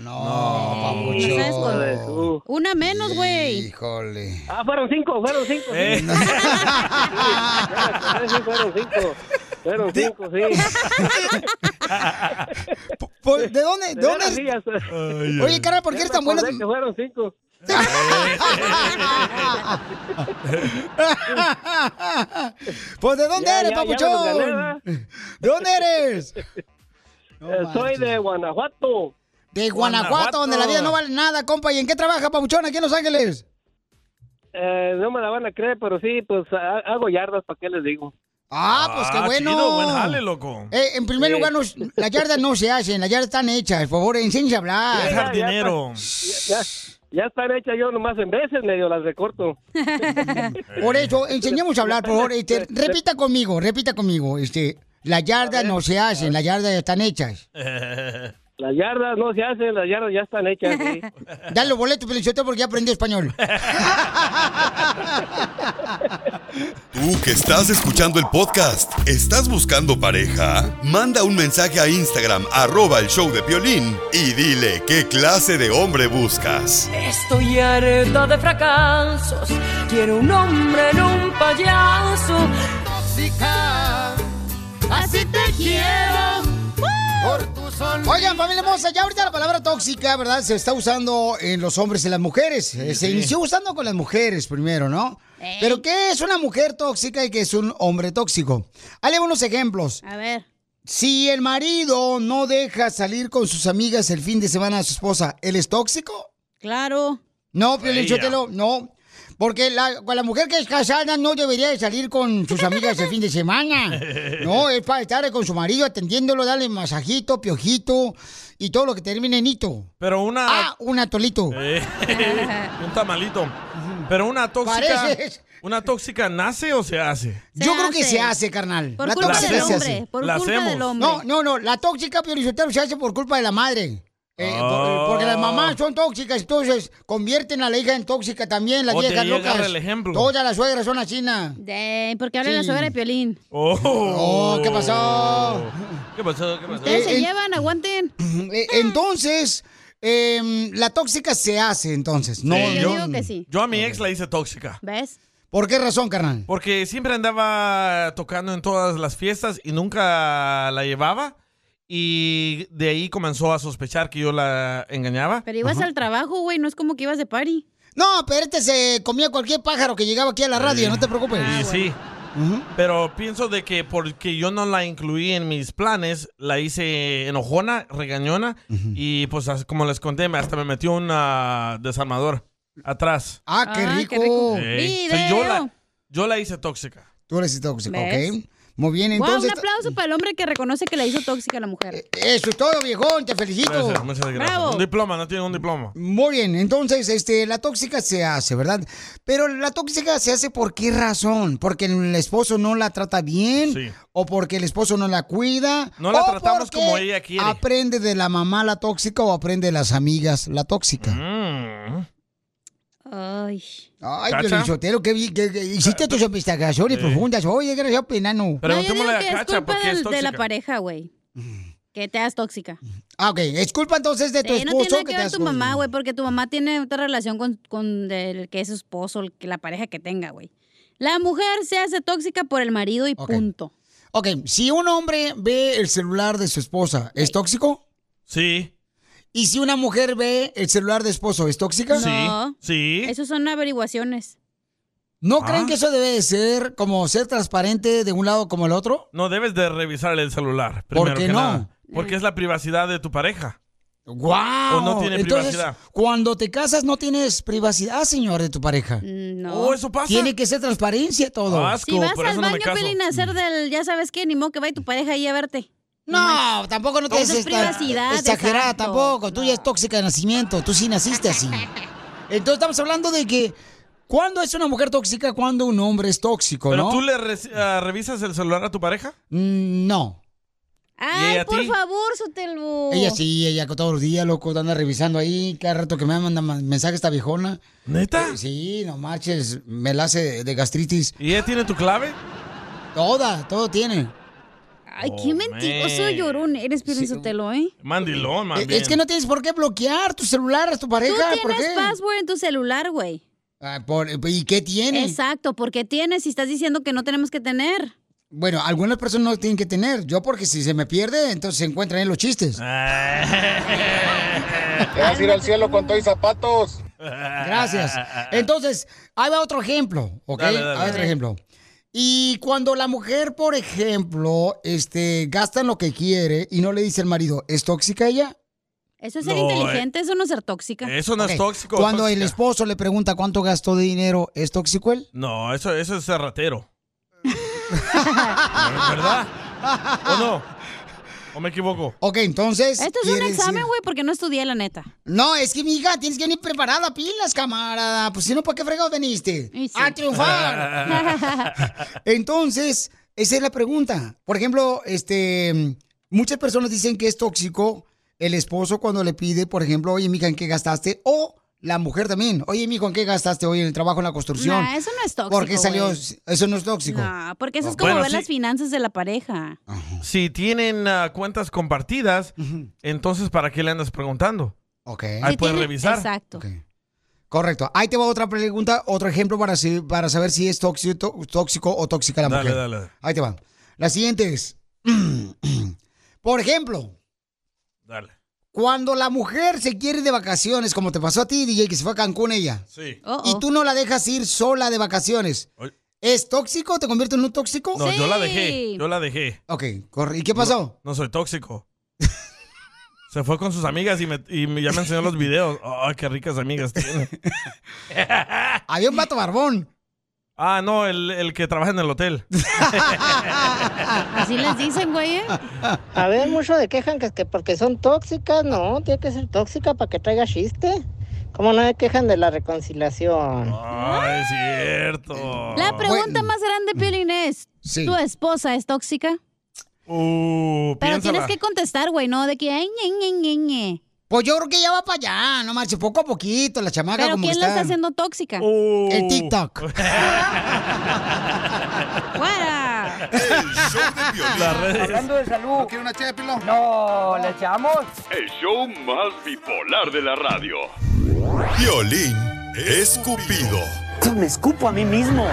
No, Sí, papuchón. hijo de su- Una menos, güey. Híjole. Ah, fueron cinco, fueron cinco. sí. Eh. Sí, sí, fueron cinco. Fueron cinco, sí. Por- Pues, ¿De dónde? ¿De dónde? veras, sí, hasta- Oye, carnal, ¿por qué Ya eres me tan bueno? acordé que fueron cinco. Pues, ¿de dónde Ya, eres, ya, ya me los gané, papuchón? ¿De dónde eres? Eh, Soy de Guanajuato. De Guanajuato, donde la vida no vale nada, compa. ¿Y en qué trabaja, papuchón, aquí en Los Ángeles? Eh, no me la van a creer, pero sí, pues ha- hago yardas, ¿para qué les digo? Ah, pues qué bueno. loco. Eh, en primer Sí. lugar, no- las yardas no se hacen, las yardas están hechas. Por favor, enséñense a hablar. Ya, ya, ya está- Ya, ya están hechas yo nomás en veces, medio las recorto. pues. Por eso, enseñemos a hablar, por favor. Este, repita conmigo, repita conmigo. Este, las yardas no se hacen, las yardas ya están hechas. Las yardas no se hacen, las yardas ya están hechas. sí. Dale los boletos, Feliciteo, porque ya aprendí español. Tú que estás escuchando el podcast, ¿estás buscando pareja? Manda un mensaje a Instagram, arroba el show de Piolín, y dile qué clase de hombre buscas. Estoy harta de fracasos. Quiero un hombre en un payaso. Tóxica, así te quiero. Por tus corazón. Oigan, familia hermosa, ya ahorita la palabra tóxica, ¿verdad? Se está usando en los hombres y las mujeres. Eh, se sí. inició usando con las mujeres primero, ¿no? Pero ¿qué es una mujer tóxica y qué es un hombre tóxico? Hay unos ejemplos. A ver. Si el marido no deja salir con sus amigas el fin de semana a su esposa, ¿él es tóxico? Claro. No, Piolín Ella. Sotelo, no. Porque la, con la mujer que es casada no debería de salir con sus amigas el fin de semana. No, es para estar con su marido atendiéndolo, darle masajito, piojito y todo lo que termine en hito. Pero una. Ah, un atolito. Eh, un tamalito. Pero una tóxica. Pareces. ¿Una tóxica nace o se hace? Yo creo que se hace, carnal. Por culpa tóxica del se hombre, hace. por La culpa hacemos. del hombre. No, no, no. La tóxica, Piolizotero, se hace por culpa de la madre. Eh, por- Oh. Porque las mamás son tóxicas, entonces convierten a la hija en tóxica también, las O te viejas llega locas. el ejemplo. Todas las suegras son así, na. De, porque habla la Sí. suegra de Piolín. Oh. ¿qué pasó? ¿Qué pasó? ¿Qué pasó? Ustedes se llevan, aguanten. Eh, Entonces, eh, la tóxica se hace, entonces. No, Sí, no. Yo a mi ex la hice tóxica. ¿Ves? ¿Por qué razón, carnal? Porque siempre andaba tocando en todas las fiestas y nunca la llevaba. Y de ahí comenzó a sospechar que yo la engañaba. Pero ibas al trabajo, güey, no es como que ibas de party. No, pero este se comía cualquier pájaro que llegaba aquí a la radio, no te preocupes. Ah, Y sí. Pero pienso de que porque yo no la incluí en mis planes, la hice enojona, regañona. Y pues as- como les conté, me- hasta me metió un ah, desarmador atrás. Ah, qué Ah, rico. qué rico. Ey, Video. so yo, la, yo la hice tóxica. Tú eres tóxico, ¿Ves? ¿ok? Muy bien, Guau, entonces. Eh, un aplauso para el hombre que reconoce que la hizo tóxica a la mujer. Eso es todo, viejón, te felicito. Gracias, muchas gracias. Bravo. Un diploma, no tiene un diploma. Muy bien, entonces, este, la tóxica se hace, ¿verdad? Pero la tóxica se hace por qué razón? Porque el esposo no la trata bien, o porque el esposo no la cuida, No la o tratamos porque como ella quiere. Aprende de la mamá la tóxica o aprende de las amigas la tóxica. Ay. Ay, Mm. ¿Cacha? Piolichotero, que, hiciste tus investigaciones Eh. profundas. Oye, gracias, Penano. No, yo digo que es culpa del- de la pareja, güey. Mm. Que te hagas tóxica. Ah, ok. Es culpa entonces de tu Eh, esposo no tiene nada que que te ver hace tu mamá, güey, porque tu mamá tiene otra relación con, con el que es su esposo, el que- la pareja que tenga, güey. La mujer se hace tóxica por el marido y punto. Ok, si un hombre ve el celular de su esposa, ¿es tóxico? Sí. ¿Y si una mujer ve el celular de esposo, es tóxica? No. Sí. Eso son averiguaciones. ¿No Ah. creen que eso debe de ser como ser transparente de un lado como el otro? No debes de revisar el celular. ¿Por Primero qué que no? nada. Porque es la privacidad de tu pareja. ¡Guau! O no tiene Entonces, privacidad. cuando te casas no tienes privacidad, señor, de tu pareja. Mm, No. Oh, eso pasa. Tiene que ser transparencia todo. si vas al baño, Pelín, a Mm. hacer del, ya sabes qué, ni modo que vaya tu pareja ahí a verte. No, tampoco no te Eso es des esta- privacidad. exagerada exacto. tampoco. Tú ya es tóxica de nacimiento. Tú sí naciste así. Entonces estamos hablando de que cuando es una mujer tóxica, cuando un hombre es tóxico, ¿Pero ¿no? tú le re- ah, revisas el celular a tu pareja? Mm, No. Ay, ella a por ti? favor, Sotelo. Ella sí, ella todos los días, loco, anda revisando ahí. Cada rato que me manda ma- mensaje esta viejona. Eh, ¿Neta? sí, no marches. Me la hace de gastritis. ¿Y ella tiene tu clave? Toda, todo tiene. Ay, qué mentiroso Oh, man. Ah, llorón eres, Pelín Sotelo, ¿eh? Mandilón, más Eh, bien. Es que no tienes por qué bloquear tu celular a tu Tú pareja. ¿Por tienes qué? password en tu celular, güey. Ah, por- ¿Y qué tiene? Exacto, porque tienes y estás diciendo que no tenemos que tener. Bueno, algunas personas no lo tienen que tener. Yo porque si se me pierde, entonces se encuentran en los chistes. Te vas a ir al cielo con todo y zapatos. Gracias. Entonces, ahí va otro ejemplo, ¿ok? Dale, dale, Ahí va otro dale. ejemplo. Y cuando la mujer, por ejemplo, este, gasta en lo que quiere y no le dice al marido, ¿es tóxica ella? Eso es ser No, inteligente, eso no es ser tóxica. Ok. Cuando el esposo le pregunta cuánto gastó de dinero, ¿es tóxico él? No, eso, eso es ratero. ¿Verdad? ¿O no? ¿O me equivoco? Ok, entonces... Esto es un quiere examen, decir- güey, porque no estudié, la neta. No, es que, mija, tienes que venir preparada, pilas, camarada. Pues si no, ¿para qué fregado veniste? A triunfar. Entonces, esa es la pregunta. Por ejemplo, este, muchas personas dicen que es tóxico el esposo cuando le pide, por ejemplo, oye, mija, ¿en qué gastaste? O la mujer también, oye, mijo, ¿en qué gastaste hoy en el trabajo en la construcción? Nah, eso no es tóxico, ¿Por qué salió? güey. Eso no es tóxico. No, porque eso es No. como Bueno, ver sí. las finanzas de la pareja. Ah, Si tienen ah, cuentas compartidas, entonces ¿para qué le andas preguntando? Ok. Ahí Si puedes tiene- revisar. Exacto. Correcto. Ahí te va otra pregunta, otro ejemplo para, si- para saber si es tóxico, tó- tóxico o tóxica la Dale, mujer. dale. Ahí te va. La siguiente es, por ejemplo, Dale. Cuando la mujer se quiere ir de vacaciones, como te pasó a ti, DJ, que se fue a Cancún ella, Sí. y tú no la dejas ir sola de vacaciones, Oye. ¿es tóxico? ¿Te convierte en un tóxico? No, yo la dejé. Yo la dejé. Ok, corre. ¿Y qué pasó? No, soy tóxico. Se fue con sus amigas y, me- y me- ya me enseñó los videos. Ay, qué ricas amigas tiene. Había un vato barbón. Ah, no, el, el que trabaja en el hotel. Así les dicen, güey. ¿eh? A ver, mucho de quejan que, que porque son tóxicas, no, tiene que ser tóxica para que traiga chiste. ¿Cómo no se quejan de la reconciliación? Ay, Ah, es cierto. La pregunta más mm, grande, Piolín, es: Sí. ¿tu esposa es tóxica? Uh, Pero piénsala. tienes que contestar, güey, no de que. "Ay, ñe, ñe, ñe, ñe". Pues yo creo que ya va para allá, no marche, poco a poquito, la chamaca Pero como ¿quién que la está... está haciendo tóxica? Uh. El TikTok. ¡Fuera! Las redes. Hablando de salud. ¿No quiere una ché de pilón? No, ¿le echamos? El show más bipolar de la radio. Violín escupido. Yo me escupo a mí mismo.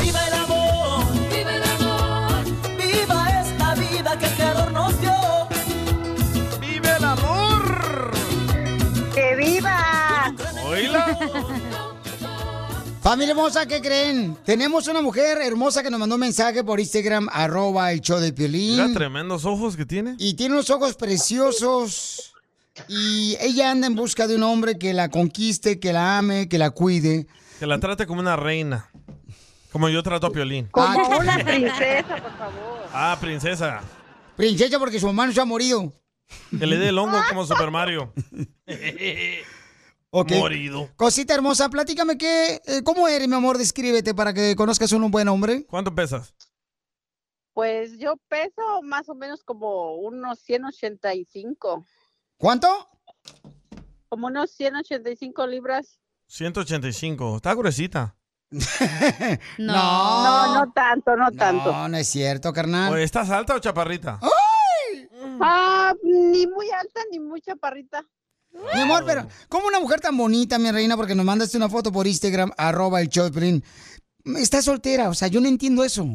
Viva el amor, viva el amor, viva esta vida que el Creador nos dio. Vive el amor. ¡Que viva! Familia hermosa, ¿qué creen? Tenemos una mujer hermosa que nos mandó un mensaje por Instagram, arroba el show de Mira, Piolín. tremendos ojos que tiene. Y tiene unos ojos preciosos. Y ella anda en busca de un hombre que la conquiste, que la ame, que la cuide. Que la trate como una reina. Como yo trato a Piolín. Ah, Como una princesa, por favor. Ah, princesa. Princesa, porque su hermano se ha morido. Que le dé el hongo como Super Mario. Ok. Morido. Cosita hermosa, platícame qué, eh, cómo eres, mi amor, descríbete para que conozcas un buen hombre. ¿Cuánto pesas? Pues yo peso más o menos como unos 185, ¿Cuánto? como unos 185 libras. 185. Está gruesita. No. No, no tanto, no tanto. No, no es cierto, carnal. Oye, ¿Estás alta o chaparrita? Ah, ni muy alta ni muy chaparrita. Mi amor, pero ¿cómo una mujer tan bonita, mi reina? Porque nos mandaste una foto por Instagram, arroba el Choplin. Está soltera, o sea, yo no entiendo eso.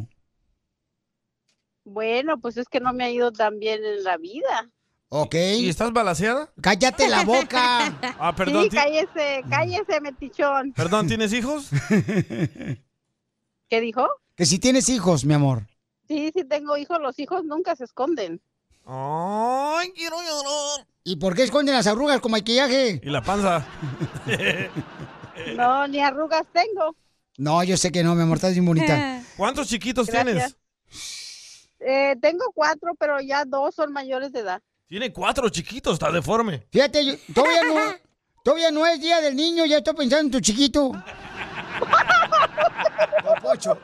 Bueno, pues es que no me ha ido tan bien en la vida. Ok. ¿Y estás balaseada? ¡Cállate la boca! Ah, perdón. sí, ti- cállese, cállese, metichón. Perdón, ¿tienes hijos? ¿Qué dijo? que si tienes hijos, mi amor. Sí, sí tengo hijos, los hijos nunca se esconden. Ay, quiero llorar. ¿Y por qué esconden las arrugas con maquillaje? Y la panza. No, ni arrugas tengo. No, yo sé que no, mi amor, estás bien bonita. ¿Cuántos chiquitos Gracias. tienes? Eh, tengo cuatro, pero ya dos son mayores de edad. Tiene cuatro chiquitos, está deforme. Fíjate, yo- todavía no, todavía no es día del niño, ya estoy pensando en tu chiquito. Pocho.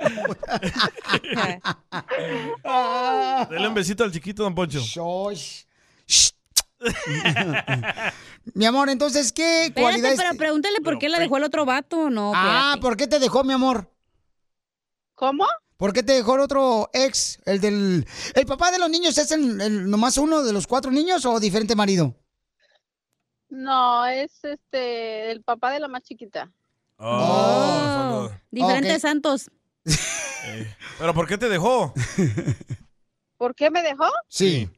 Dale un besito al chiquito, don Poncho. Mi amor, entonces, ¿qué Espérate, cualidades? pero pregúntale por qué la dejó el otro vato, no. Ah, espérate. ¿por qué te dejó, mi amor? ¿Cómo? ¿Por qué te dejó el otro ex? El del. ¿El papá de los niños es el, el- nomás uno de los cuatro niños o diferente marido? No, es este el papá de la más chiquita. Oh, son dos. Diferentes Ok. santos. ¿Pero por qué te dejó? ¿Por qué me dejó? Sí.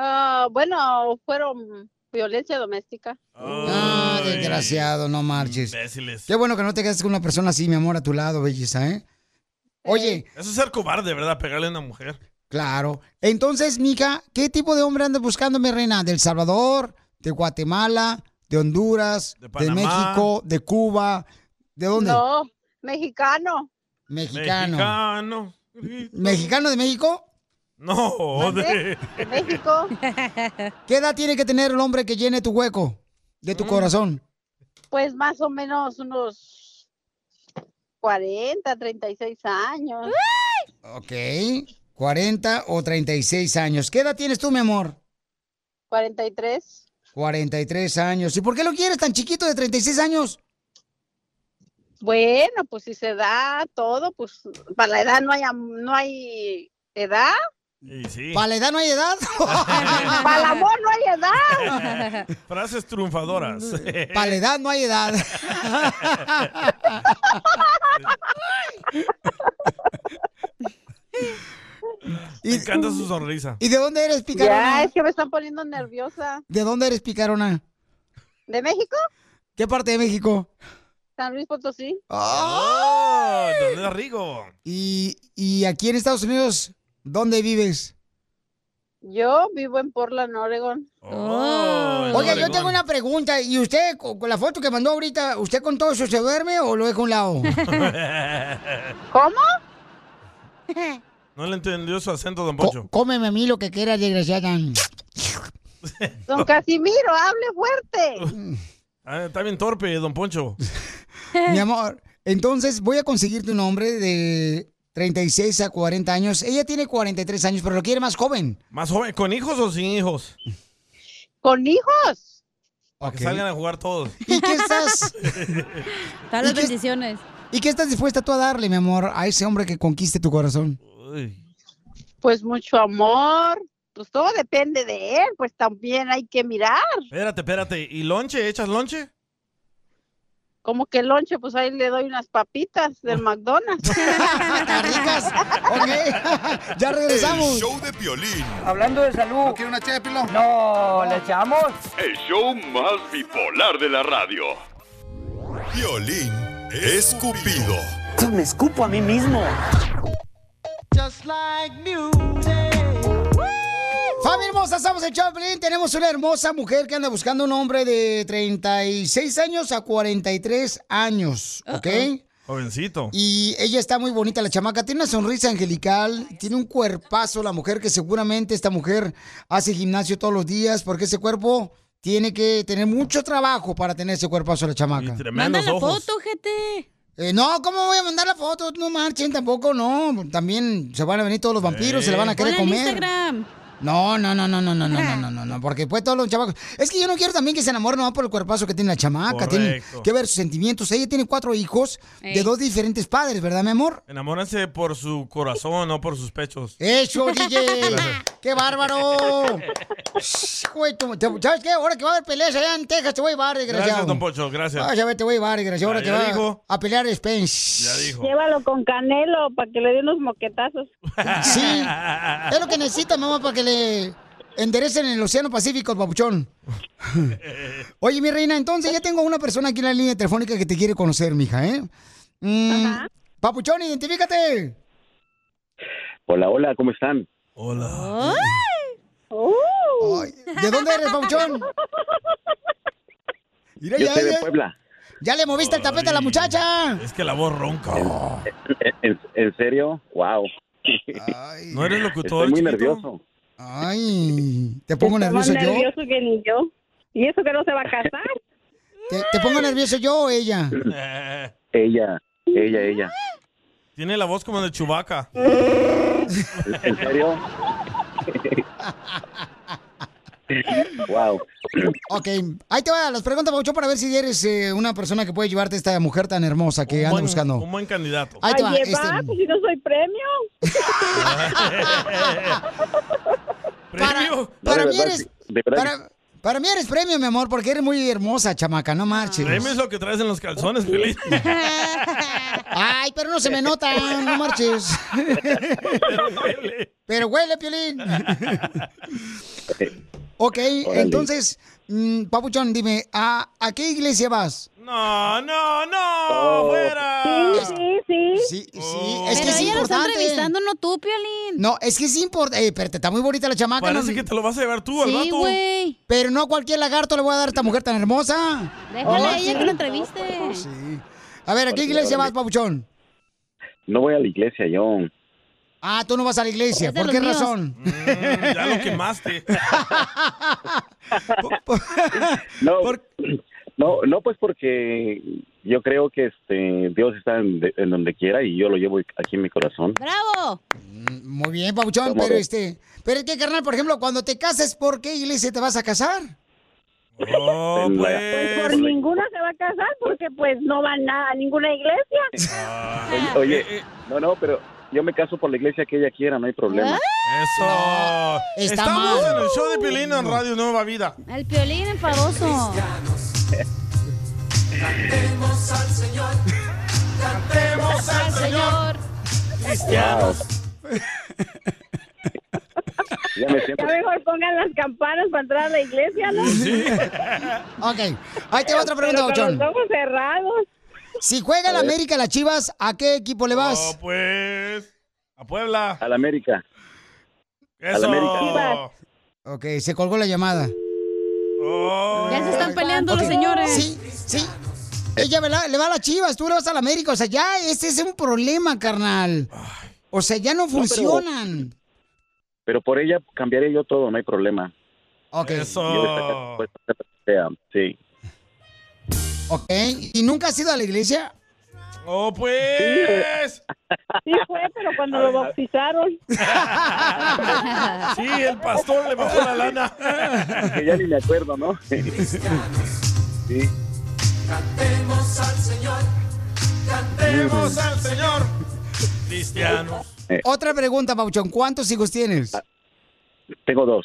Ah, bueno, fueron violencia doméstica. Ah, desgraciado, no marches. Imbéciles. Qué bueno que no te quedes con una persona así, mi amor, a tu lado, belleza, ¿eh? Oye, Eso es ser cobarde, ¿verdad? Pegarle a una mujer. claro. Entonces, mija, ¿qué tipo de hombre andas buscando, mi reina? ¿Del Salvador? ¿De Guatemala? ¿De Honduras? ¿De, Panamá. México? ¿De Cuba? ¿De dónde? No, mexicano. Mexicano. Mexicano. ¿Mexicano de México? No, de... México. ¿Qué edad tiene que tener el hombre que llene tu hueco de Mm. tu corazón? Pues más o menos unos 40, 36 años. Ok. 40 o 36 años. ¿Qué edad tienes tú, mi amor? 43. 43 años. ¿Y por qué lo quieres tan chiquito de 36 años? Bueno, pues si se da todo, pues para la edad no hay am- no hay edad. ¿Para la edad no hay edad? para el amor no hay edad. Frases triunfadoras. Para la edad no hay edad. Me encanta su sonrisa. ¿Y de dónde eres, Ya, picarona? es que me están poniendo nerviosa. ¿De dónde eres, picarona? ¿De México? ¿Qué parte de México? San Luis Potosí. ¡Ay! ¿Dónde era Rigo? ¿Y, y aquí en Estados Unidos, dónde vives? Yo vivo en Portland, Oregon. Oiga, yo tengo una pregunta. ¿Y usted, con con la foto que mandó ahorita, usted con todo eso se duerme o lo deja a un lado? ¿Cómo? No le entendió su acento, don Poncho. Cómeme a mí lo que quieras, desgraciada. Don Casimiro, hable fuerte. Ah, está bien torpe, don Poncho. Mi amor, entonces voy a conseguir tu nombre de 36 a 40 años. Ella tiene 43 años, pero lo quiere más joven. ¿Más joven? ¿Con hijos o sin hijos? ¿Con hijos? Para que salgan a jugar todos. ¿Y qué estás? Todas las bendiciones. ¿Y qué estás dispuesta tú a darle, mi amor, a ese hombre que conquiste tu corazón? Pues mucho amor. Pues todo depende de él, pues también hay que mirar. Espérate, espérate. ¿Y lonche? ¿Echas lonche? Como que lonche, pues ahí le doy unas papitas Oh. del McDonald's. ya El show de Piolín. Hablando de salud. ¿No una ché de No, ¿le echamos? El show más bipolar de la radio. Piolín escupido. Me escupo a mí mismo. Just like Familia hermosa, estamos en Chaplin. Tenemos una hermosa mujer que anda buscando un hombre de 36 años a 43 años, ¿ok? Jovencito. Y ella está muy bonita, la chamaca. Tiene una sonrisa angelical, tiene un cuerpazo la mujer que seguramente esta mujer hace gimnasio todos los días porque ese cuerpo tiene que tener mucho trabajo para tener ese cuerpazo la chamaca. Manda la foto, gente. Eh, no, ¿cómo voy a mandar la foto? No marchen tampoco, no. También se van a venir todos los vampiros, se la van a querer Ponla en comer. Instagram. Ah. No, no, no, no, no, no, no, no, no, no, no, porque pues todos los chamacos. Es que yo no quiero también que se enamoren nomás por el cuerpazo que tiene la chamaca. Tiene Correcto. que ver sus sentimientos. Ella tiene cuatro hijos Ey. de dos diferentes padres, ¿verdad, mi amor? Enamórense por su corazón, no por sus pechos. Eso, DJ. Gracias. ¡Qué bárbaro! Hijo de tu- te- ¿Sabes qué? Ahora que va a haber peleas allá en Texas, te voy a llevar, Gracias, desgraciado. don Poncho, gracias. Ah, ya ve, te voy a llevar, desgraciado. Ahora Ya, que ya va dijo. a pelear Spence. Ya dijo. Llévalo con canelo para que le dé unos moquetazos. Sí. Es lo que necesita, mamá, para que le enderecen el Océano Pacífico, el papuchón. Oye, mi reina, entonces Pues ya tengo una persona aquí en la línea telefónica que te quiere conocer, mija, ¿eh? Mm, Papuchón, identifícate. Hola, hola, ¿cómo están? Hola. Ay, ¿De dónde eres, Papuchón? Mira, Yo ya, soy de ya- Puebla. ya le moviste el tapete a la muchacha. Es que la voz ronca. ¿En, en- en serio? ¡Wow! ¿No eres locutor, Estoy muy chiquito? nervioso. Ay, te pongo Está nervioso más yo. nervioso que ni yo. Y eso que no se va a casar. ¿Te, te pongo nervioso yo o ella? Ella, ella, ella. Tiene la voz como de Chubaca. ¿En serio? ¡Wow! Ok, ahí te va las preguntas, Papuchón, para ver si eres eh, una persona que puede llevarte esta mujer tan hermosa que anda Buen- buscando. Un buen candidato. Ahí te va, llevar, este- pues si no soy premio. Para, para mí eres, para, para mí eres premio, mi amor, porque eres muy hermosa, chamaca, no marches. Premio es lo que traes en los calzones, feliz. Ay, pero no se me nota, no marches. Pero huele, Piolín. ok, entonces, mm, Papuchón, dime, ¿a, a qué iglesia vas? No, no, no. Oh. ¡Fuera! Oh. Sí, sí, sí. Sí, es que Pero es ella lo está importante. entrevistando, no tú, Piolín. No, es que es importante. Eh, pero está muy bonita la chamaca. Parece no- que te lo vas a llevar tú al vato. Pero no a cualquier lagarto le voy a dar a esta mujer tan hermosa. Déjala a ella que lo la entreviste. A ver, ¿a qué iglesia vas, Papuchón? No voy a la iglesia, yo. Ah, tú no vas a la iglesia. Es de ¿Por los qué míos. razón? Mm, Ya lo quemaste. No, no, no, pues porque yo creo que este Dios está en, de- en donde quiera y yo lo llevo aquí en mi corazón. ¡Bravo! Mm, Muy bien, Papuchón, ¿Cómo pero ves? este. Pero es que, carnal, por ejemplo, cuando te cases, ¿por qué iglesia te vas a casar? Oh, En la- pues. Por ninguna se va a casar porque pues no van a, a ninguna iglesia. Oye, oye, Ah. no, no, pero yo me caso por la iglesia que ella quiera, no hay Ah. problema. Eso. está Estamos mal. en el show de Piolín en Radio Nueva Vida. El Piolín enfadoso. Cantemos al Señor. Cantemos al Señor. Wow. pongan las campanas para entrar a la iglesia, ¿no? Ok, ahí te va otra pregunta, Pero con Don los ojos cerrados. Si juega la A ver. América las Chivas, ¿a qué equipo le vas? No, pues. A Puebla. A la América. Eso. América. Ok, se colgó la llamada. Oh. Ya se están peleando los señores. Sí, sí. Ella me la- le va a las Chivas, tú le vas a la América. O sea, ya ese es un problema, carnal. O sea, ya no pero- funcionan. Pero por ella cambiaré yo todo, no hay problema. Ok. Yo destacar, pues, Oh. sea, sí. Ok. ¿Y nunca has ido a la iglesia? ¡Oh, pues! Sí fue, pero cuando lo bautizaron. Sí, el pastor le bajó la lana. Que ya ni me acuerdo, ¿no? sí. Cantemos al Señor, cantemos al Señor. Cristiano. Otra pregunta, Pauchón. ¿Cuántos hijos tienes? Tengo dos.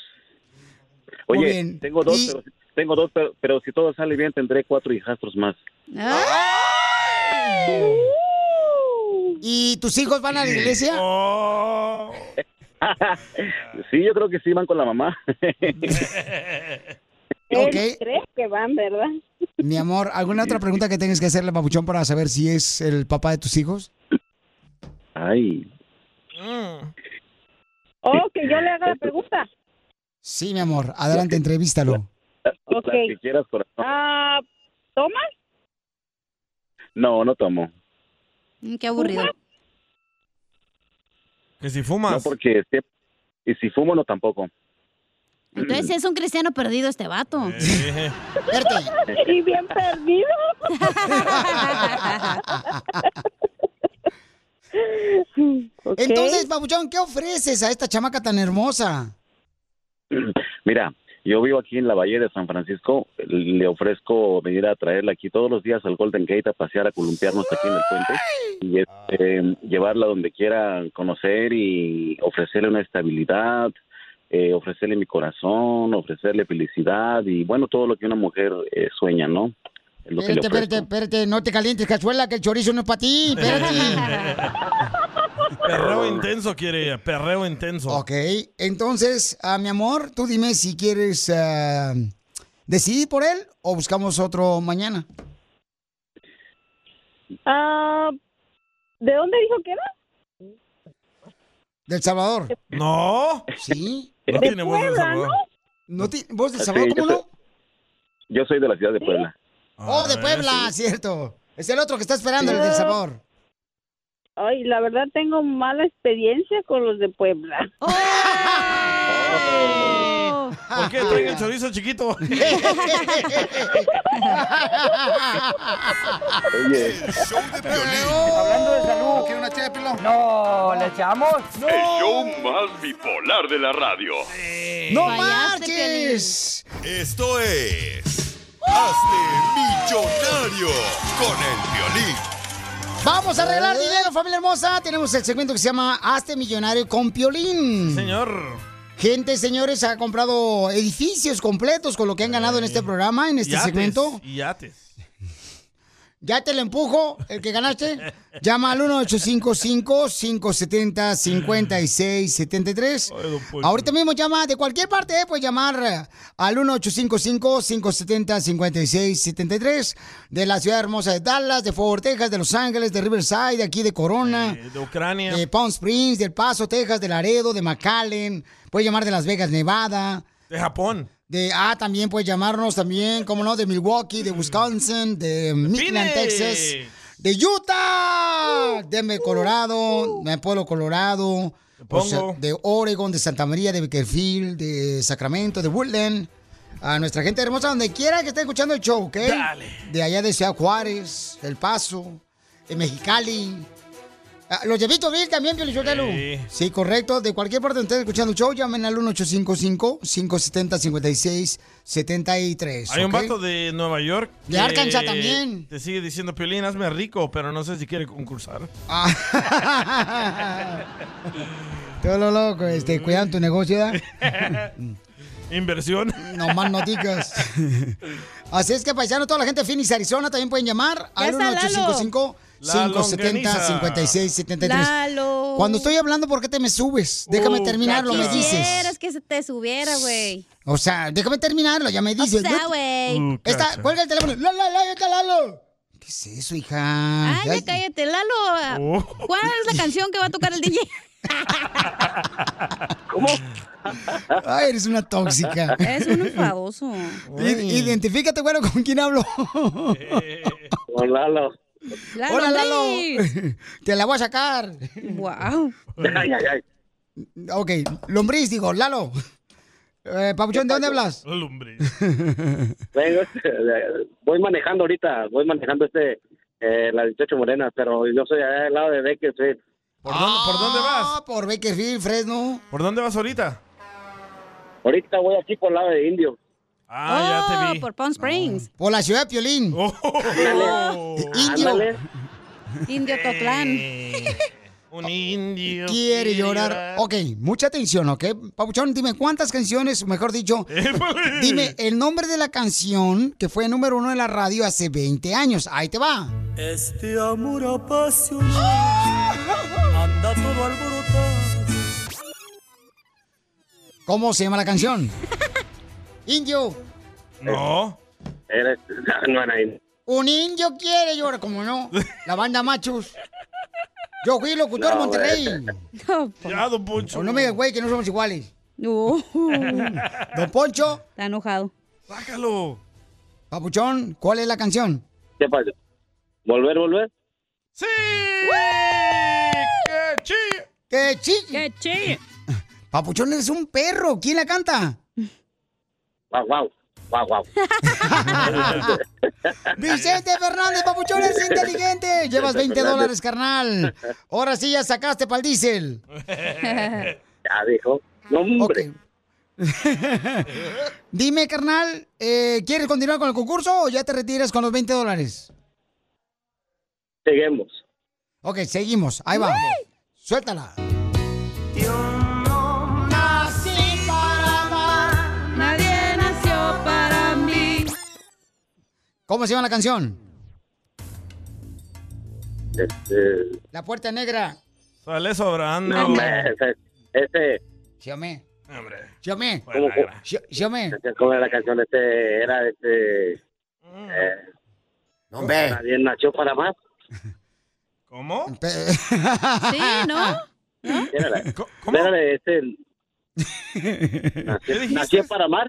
Muy Ah, Oye, bien. tengo dos, Y- pero, tengo dos, pero, pero si todo sale bien tendré cuatro hijastros más. ¿Y tus hijos van a la iglesia? sí, yo creo que sí van con la mamá. Ok. Tres que van, ¿verdad? Mi amor, ¿alguna otra pregunta que tengas que hacerle, Papuchón, para saber si es el papá de tus hijos? Ay. Oh, que yo le haga la pregunta. Sí, mi amor. Adelante, entrevístalo. Las que quieras, corazón. Ah, ¿Tomas? No, no tomo. Mm, Qué aburrido. Que si fumas. No, porque si- y si fumo, no tampoco. Entonces es un cristiano perdido este vato. Y bien perdido. Entonces, Papuchón, ¿qué ofreces a esta chamaca tan hermosa? Mira, yo vivo aquí en la Valle de San Francisco. Le ofrezco venir a traerla aquí todos los días al Golden Gate a pasear, a columpiarnos aquí en el puente y este, llevarla donde quiera conocer y ofrecerle una estabilidad, eh, ofrecerle mi corazón, ofrecerle felicidad y bueno, todo lo que una mujer eh, sueña, ¿no? Es lo que le Espérate, ofrezco. espérate, espérate. No te calientes, cachuela, que el chorizo no es para ti. Espérate. Perreo intenso quiere ella, perreo intenso. Ok, entonces, ah, mi amor, tú dime si quieres ah, decidir por él o buscamos otro mañana. Ah, ¿De dónde dijo que era? ¿Del Salvador? No. Sí. No tiene voz del Puebla, Salvador. ¿no? ti- ¿Vos del Sí, Salvador? yo ¿Cómo no? soy- Yo soy de la ciudad de Puebla. Oh, Ah, de Puebla, cierto. Es el otro que está esperando, el del Sí. Salvador. Ay, la verdad tengo mala experiencia con los de Puebla. ¿Por qué traen el chorizo chiquito? ¿Este Hablando de salud. ¿Quiere una ché de pilón? No, ¿le echamos? El show más bipolar de la radio. ¡No marches! Esto es. ¡Hazte millonario con el violín! Vamos a arreglar dinero, familia hermosa. Tenemos el segmento que se llama Hazte Millonario con Piolín. Señor. Gente, señores, ha comprado edificios completos con lo que han ganado en este programa, en este Yates, segmento. Yates. Ya te lo empujo, el que ganaste. Llama al 1855-570-5673. Ahorita mismo llama de cualquier parte, eh, puedes llamar eh, al 1855-570-5673 de la ciudad hermosa de Dallas, de Fort Worth, Texas, de Los Ángeles, de Riverside, de aquí de Corona, De Ucrania. de Palm Springs, del Paso, Texas, de Laredo, de McAllen. Puedes llamar de Las Vegas, Nevada. De Japón. De, ah, también puedes llamarnos también, como no, de Milwaukee, de Wisconsin, de Midland, Mm. Phoenix. Texas, de Utah, Uh, de Colorado, de Pueblo, Colorado, o sea, Pongo. de Oregon, de Santa María, de Bakersfield, de Sacramento, de Woodland. A nuestra gente hermosa, donde quiera que esté escuchando el show, ¿ok? De allá de Ciudad Juárez, El Paso, de Mexicali. Ah, Los llevitos bien también, Pio Lichotelo. Sí. Sí, correcto. De cualquier parte donde estén escuchando el show, llamen al 1855-570-5673. Hay un ¿ok? vato de Nueva York. De Arkansas también. Te sigue diciendo, Piolín, hazme rico, pero no sé si quiere concursar. Ah. Todo lo loco, este, cuidan tu negocio, ¿verdad? Inversión. No más no digas. Así es que, paisano, toda la gente de Phoenix, Arizona, también pueden llamar Ya al está Lalo. 1855 570 5673 Lalo. Casimiro. Cuando estoy hablando, ¿por qué te me subes? Déjame terminarlo, me dices. Quisieras que se te subiera, güey. O sea, déjame terminarlo, ya me dices. sea, Yo- güey. Uh, Está, cacha. cuelga el teléfono. La, la, la, ya, Lalo. ¿Qué es eso, Ay, hija? Ya- ya cállate, Lalo. Oh. ¿Cuál es la canción que va a tocar el DJ? ¿Cómo? Ay, eres una tóxica. Es un enfadoso. I- Identifícate, bueno, con quién hablo. Con Lalo. Lalo, Hola, Lalo. hombre. Te la voy a sacar. Wow. Ay, ay, ay. Ok, lombriz, digo, Lalo. Eh, Papuchón, ¿de dónde hablas? Vengo, eh, voy manejando ahorita, voy manejando este, eh, la 18 Morena, pero yo soy allá del lado de Bakersfield. ¿Por dónde, ¿Por dónde vas? Ah, por Bakersfield, Fresno. ¿Por dónde vas ahorita? Ahorita voy aquí por el lado de Indio. Ah, ya te vi. Oh, Por Palm Springs. Ah. Por la ciudad de Piolín. Oh. Indio. Ándale. Indio Totlán. Eh, Un indio. Quiere llorar. Ok, mucha atención, ¿ok? Papuchón, dime cuántas canciones, mejor dicho, Épale. dime el nombre de la canción que fue número uno en la radio hace 20 años. Ahí te va. Este amor apasionado anda todo alborotado. ¿Cómo se llama la canción? Indio. No. Era, no era Indio. Un indio quiere llorar, como no. La banda Machos. Yo fui locutor en No, Monterrey. Ya, don Poncho. No me digas, güey, que no somos iguales. pues. No. Don Poncho. Está enojado. Sácalo. Papuchón, ¿cuál es la canción? ¿Qué pasa? ¿Volver, volver? ¡Sí! ¡Qué chi! ¡Qué chi! ¡Qué chi! Papuchón, eres un perro. ¿Quién la canta? Guau, guau, guau, guau. Vicente Fernández, Papuchón, eres inteligente. Llevas 20 dólares, carnal. Ahora sí ya sacaste para el diésel. ya dijo. No, hombre. Dime, carnal, eh, ¿quieres continuar con el concurso o ya te retiras con los 20 dólares? Seguimos. Ok, seguimos. Ahí va. Suéltala. Nací para amar, nadie nació para mí. ¿Cómo se llama la canción? Este, La puerta negra. Sale sobrando. no, hombre, ese, ese, Xiomé. Hombre. Xiomé. ¿cómo, Xiomé. ¿Cómo era la canción? Este, era este... Mm. Eh, hombre. Nadie nació para más. ¿Cómo? Sí, ¿no? Espérale. Espérale, este... Nací, nací para amar.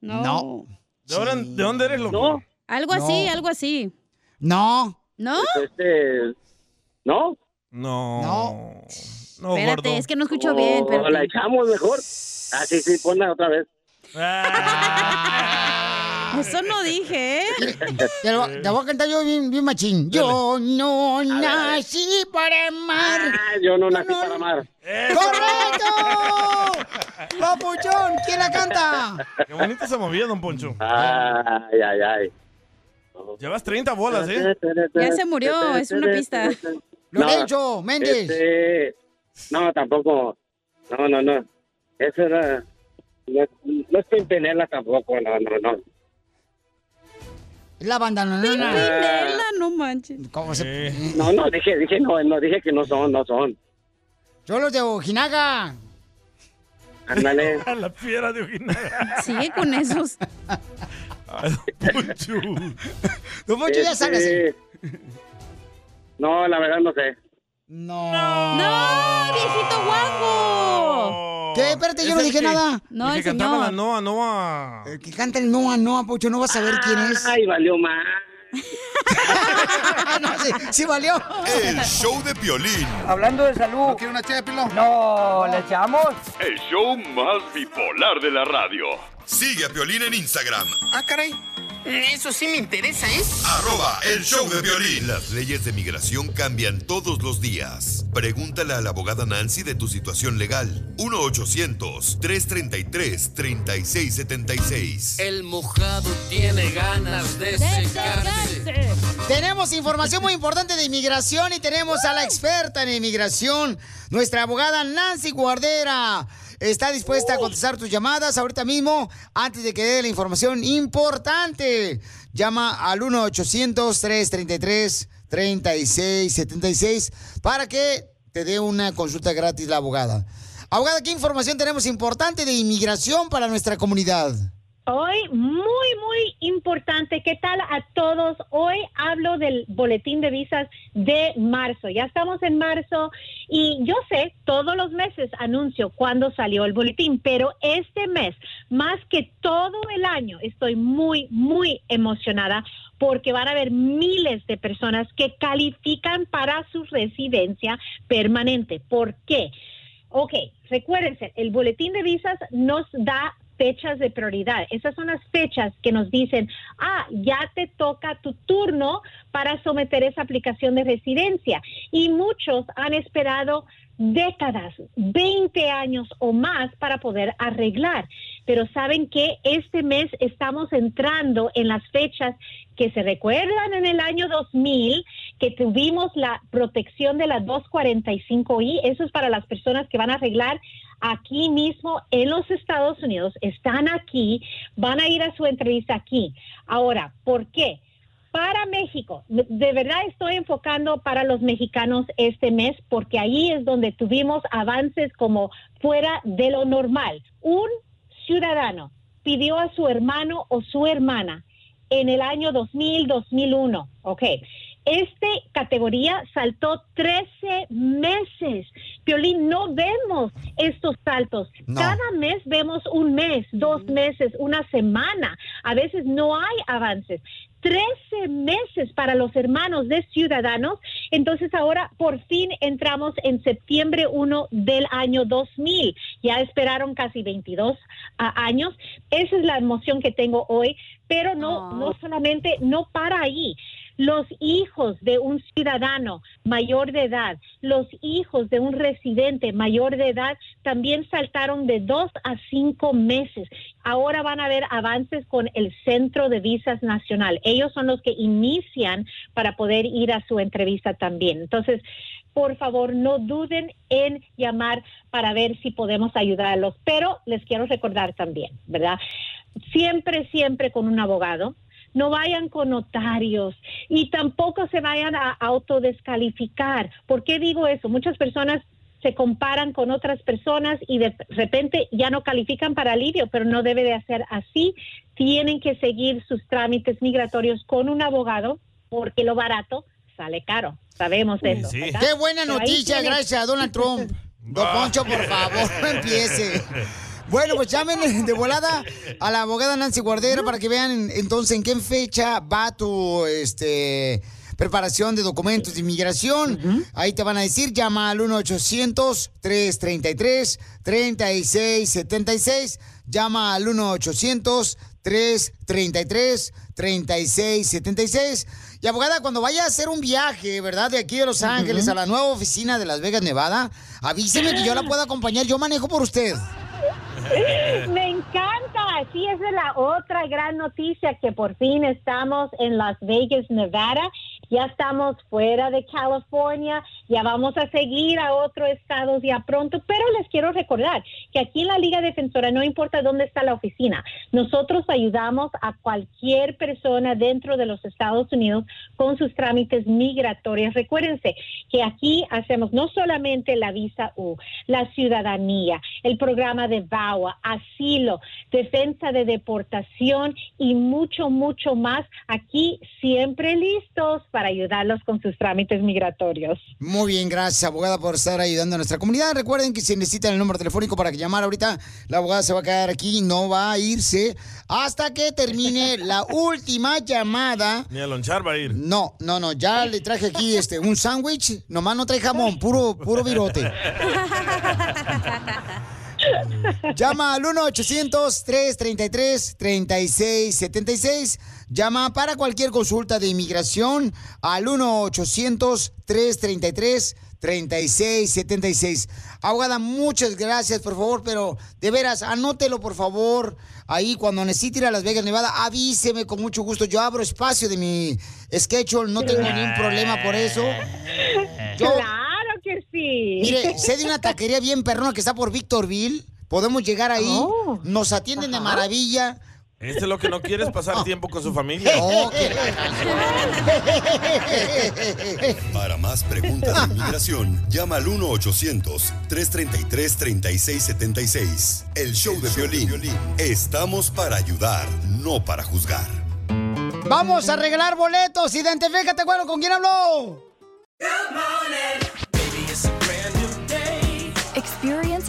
No. No. ¿De, ahora- de dónde eres, loco? No. Algo así, algo así. No. ¿No? Este... ¿No? No. No. No, Espérate, gordo. es que no escucho bien, O espérate. Oh, la echamos mejor. Ah, sí, sí, ponla otra vez. Eso no dije, ¿eh? Te lo- te voy a cantar yo bien, bien machín. Yo no ver, a ver. nací para amar. Ah, yo no nací para amar. ¡Correcto! ¡Papuchón! ¿Quién la canta? Qué bonito se movía, don Poncho. Ay, ay, ay. Llevas 30 bolas, ¿eh? Ya se murió, es una pista. Lorenzo Méndez. Este, no, tampoco. No, no, no. Eso era. No, no es Pimpinela tampoco, no, no, no. La banda no, no, no. Pimpinela, no manches. ¿Cómo se.? No, no, dije, dije, no, no, dije que no son, no son. Yo los de Ojinaga. Ándale. La fiera Ah, de Ojinaga. Sigue con esos. Don Poncho ya sabes. Este, No, la verdad no sé. No. ¡No, viejito guapo! ¿Qué? Espérate, yo no dije nada. No, el, el que cantaba señor. la Noa, Noa. El que canta el Noa, Noa, Papuchón, no vas a ver quién es. Ay, valió más. no, sí, sí valió. El show de Piolín. Hablando de salud. ¿No quiere una ché de No, ¿le echamos? El show más bipolar de la radio. Sigue a Piolín en Instagram. Ah, caray. Mm, Eso sí me interesa, ¿eh? ¿es? Arroba el show de Piolín. Las leyes de migración cambian todos los días. Pregúntale a la abogada Nancy de tu situación legal. 1-800-333-3676. El mojado tiene ganas de secarse. Tenemos información muy importante de inmigración y tenemos a la experta en inmigración, nuestra abogada Nancy Guardera. Está dispuesta a contestar tus llamadas ahorita mismo, antes de que dé la información importante. Llama al 1-800-333-3676 para que te dé una consulta gratis la abogada. Abogada, ¿qué información tenemos importante de inmigración para nuestra comunidad? Hoy, muy, muy importante. ¿Qué tal a todos? Hoy hablo del boletín de visas de marzo. Ya estamos en marzo y yo sé, todos los meses anuncio cuándo salió el boletín, pero este mes, más que todo el año, estoy muy, muy emocionada porque van a haber miles de personas que califican para su residencia permanente. ¿Por qué? Ok, recuérdense, el boletín de visas nos da fechas de prioridad. Esas son las fechas que nos dicen, ah, ya te toca tu turno para someter esa aplicación de residencia. Y muchos han esperado décadas, 20 años o más para poder arreglar. Pero saben que este mes estamos entrando en las fechas que se recuerdan en el año 2000 que tuvimos la protección de la 245i. Eso es para las personas que van a arreglar aquí mismo en los Estados Unidos, están aquí, van a ir a su entrevista aquí. Ahora, ¿por qué? Para México, de verdad estoy enfocando para los mexicanos este mes porque ahí es donde tuvimos avances como fuera de lo normal. Un ciudadano pidió a su hermano o su hermana en el año 2000-2001, ¿ok? Este categoría saltó 13 meses. Piolín, no vemos estos saltos. No. Cada mes vemos un mes, dos meses, una semana. A veces no hay avances. 13 meses para los hermanos de ciudadanos. Entonces ahora por fin entramos en septiembre 1 del año 2000. Ya esperaron casi 22 a- años. Esa es la emoción que tengo hoy. Pero no, no solamente, no para ahí los hijos de un ciudadano mayor de edad, los hijos de un residente mayor de edad también saltaron de dos a cinco meses. Ahora van a haber avances con el Centro de Visas Nacional. Ellos son los que inician para poder ir a su entrevista también. Entonces, por favor, no duden en llamar para ver si podemos ayudarlos. Pero les quiero recordar también, ¿verdad? Siempre, siempre con un abogado no vayan con notarios y tampoco se vayan a autodescalificar. ¿Por qué digo eso? Muchas personas se comparan con otras personas y de repente ya no califican para alivio, pero no debe de hacer así. Tienen que seguir sus trámites migratorios con un abogado porque lo barato sale caro. Sabemos eso. ¿verdad? Qué buena Pero ahí noticia, tienen- gracias, Donald Trump. Don Poncho, por favor, no empiece. Bueno, pues llamen de volada a la abogada Nancy Guardera para que vean entonces en qué fecha va tu este preparación de documentos de inmigración. Ahí te van a decir, llama al 1-800-333-3676. Llama al 1-800-333-3676. Y abogada, cuando vaya a hacer un viaje, ¿verdad? De aquí de Los Ángeles a la nueva oficina de Las Vegas, Nevada, avíseme que yo la puedo acompañar. Yo manejo por usted. Me encanta. Así es de la otra gran noticia que por fin estamos en Las Vegas, Nevada. Ya estamos fuera de California, ya vamos a seguir a otros estados ya pronto, pero les quiero recordar que aquí en la Liga Defensora no importa dónde está la oficina, nosotros ayudamos a cualquier persona dentro de los Estados Unidos con sus trámites migratorios. Recuérdense que aquí hacemos no solamente la visa U, la ciudadanía, el programa de VAWA, asilo, defensa de deportación y mucho, mucho más. Aquí siempre listos para ayudarlos con sus trámites migratorios. Muy bien, gracias abogada por estar ayudando a nuestra comunidad. Recuerden que si necesitan el número telefónico para que llamar ahorita, la abogada se va a quedar aquí, no va a irse hasta que termine la última llamada. Ni a lonchar va a ir. No, no, no, ya le traje aquí este un sándwich, nomás no trae jamón, puro puro virote. Llama al 1-800-333-3676. Llama para cualquier consulta de inmigración al 1-800-333-3676. Abogada, muchas gracias, por favor, pero de veras, anótelo, por favor. Ahí cuando necesite ir a Las Vegas, Nevada, avíseme con mucho gusto. Yo abro espacio de mi schedule, no tengo ningún problema por eso. Yo- Claro que sí. Mire, sé de una taquería bien perrona que está por Victorville. Podemos llegar ahí. Nos atienden de maravilla. Este es lo que no quiere es pasar tiempo con su familia. Para más preguntas de inmigración, llama al 1-800-333-3676. El show de violín. Estamos para ayudar, no para juzgar. Vamos a regalar boletos. Identifícate, güero, ¿con quién habló? Experience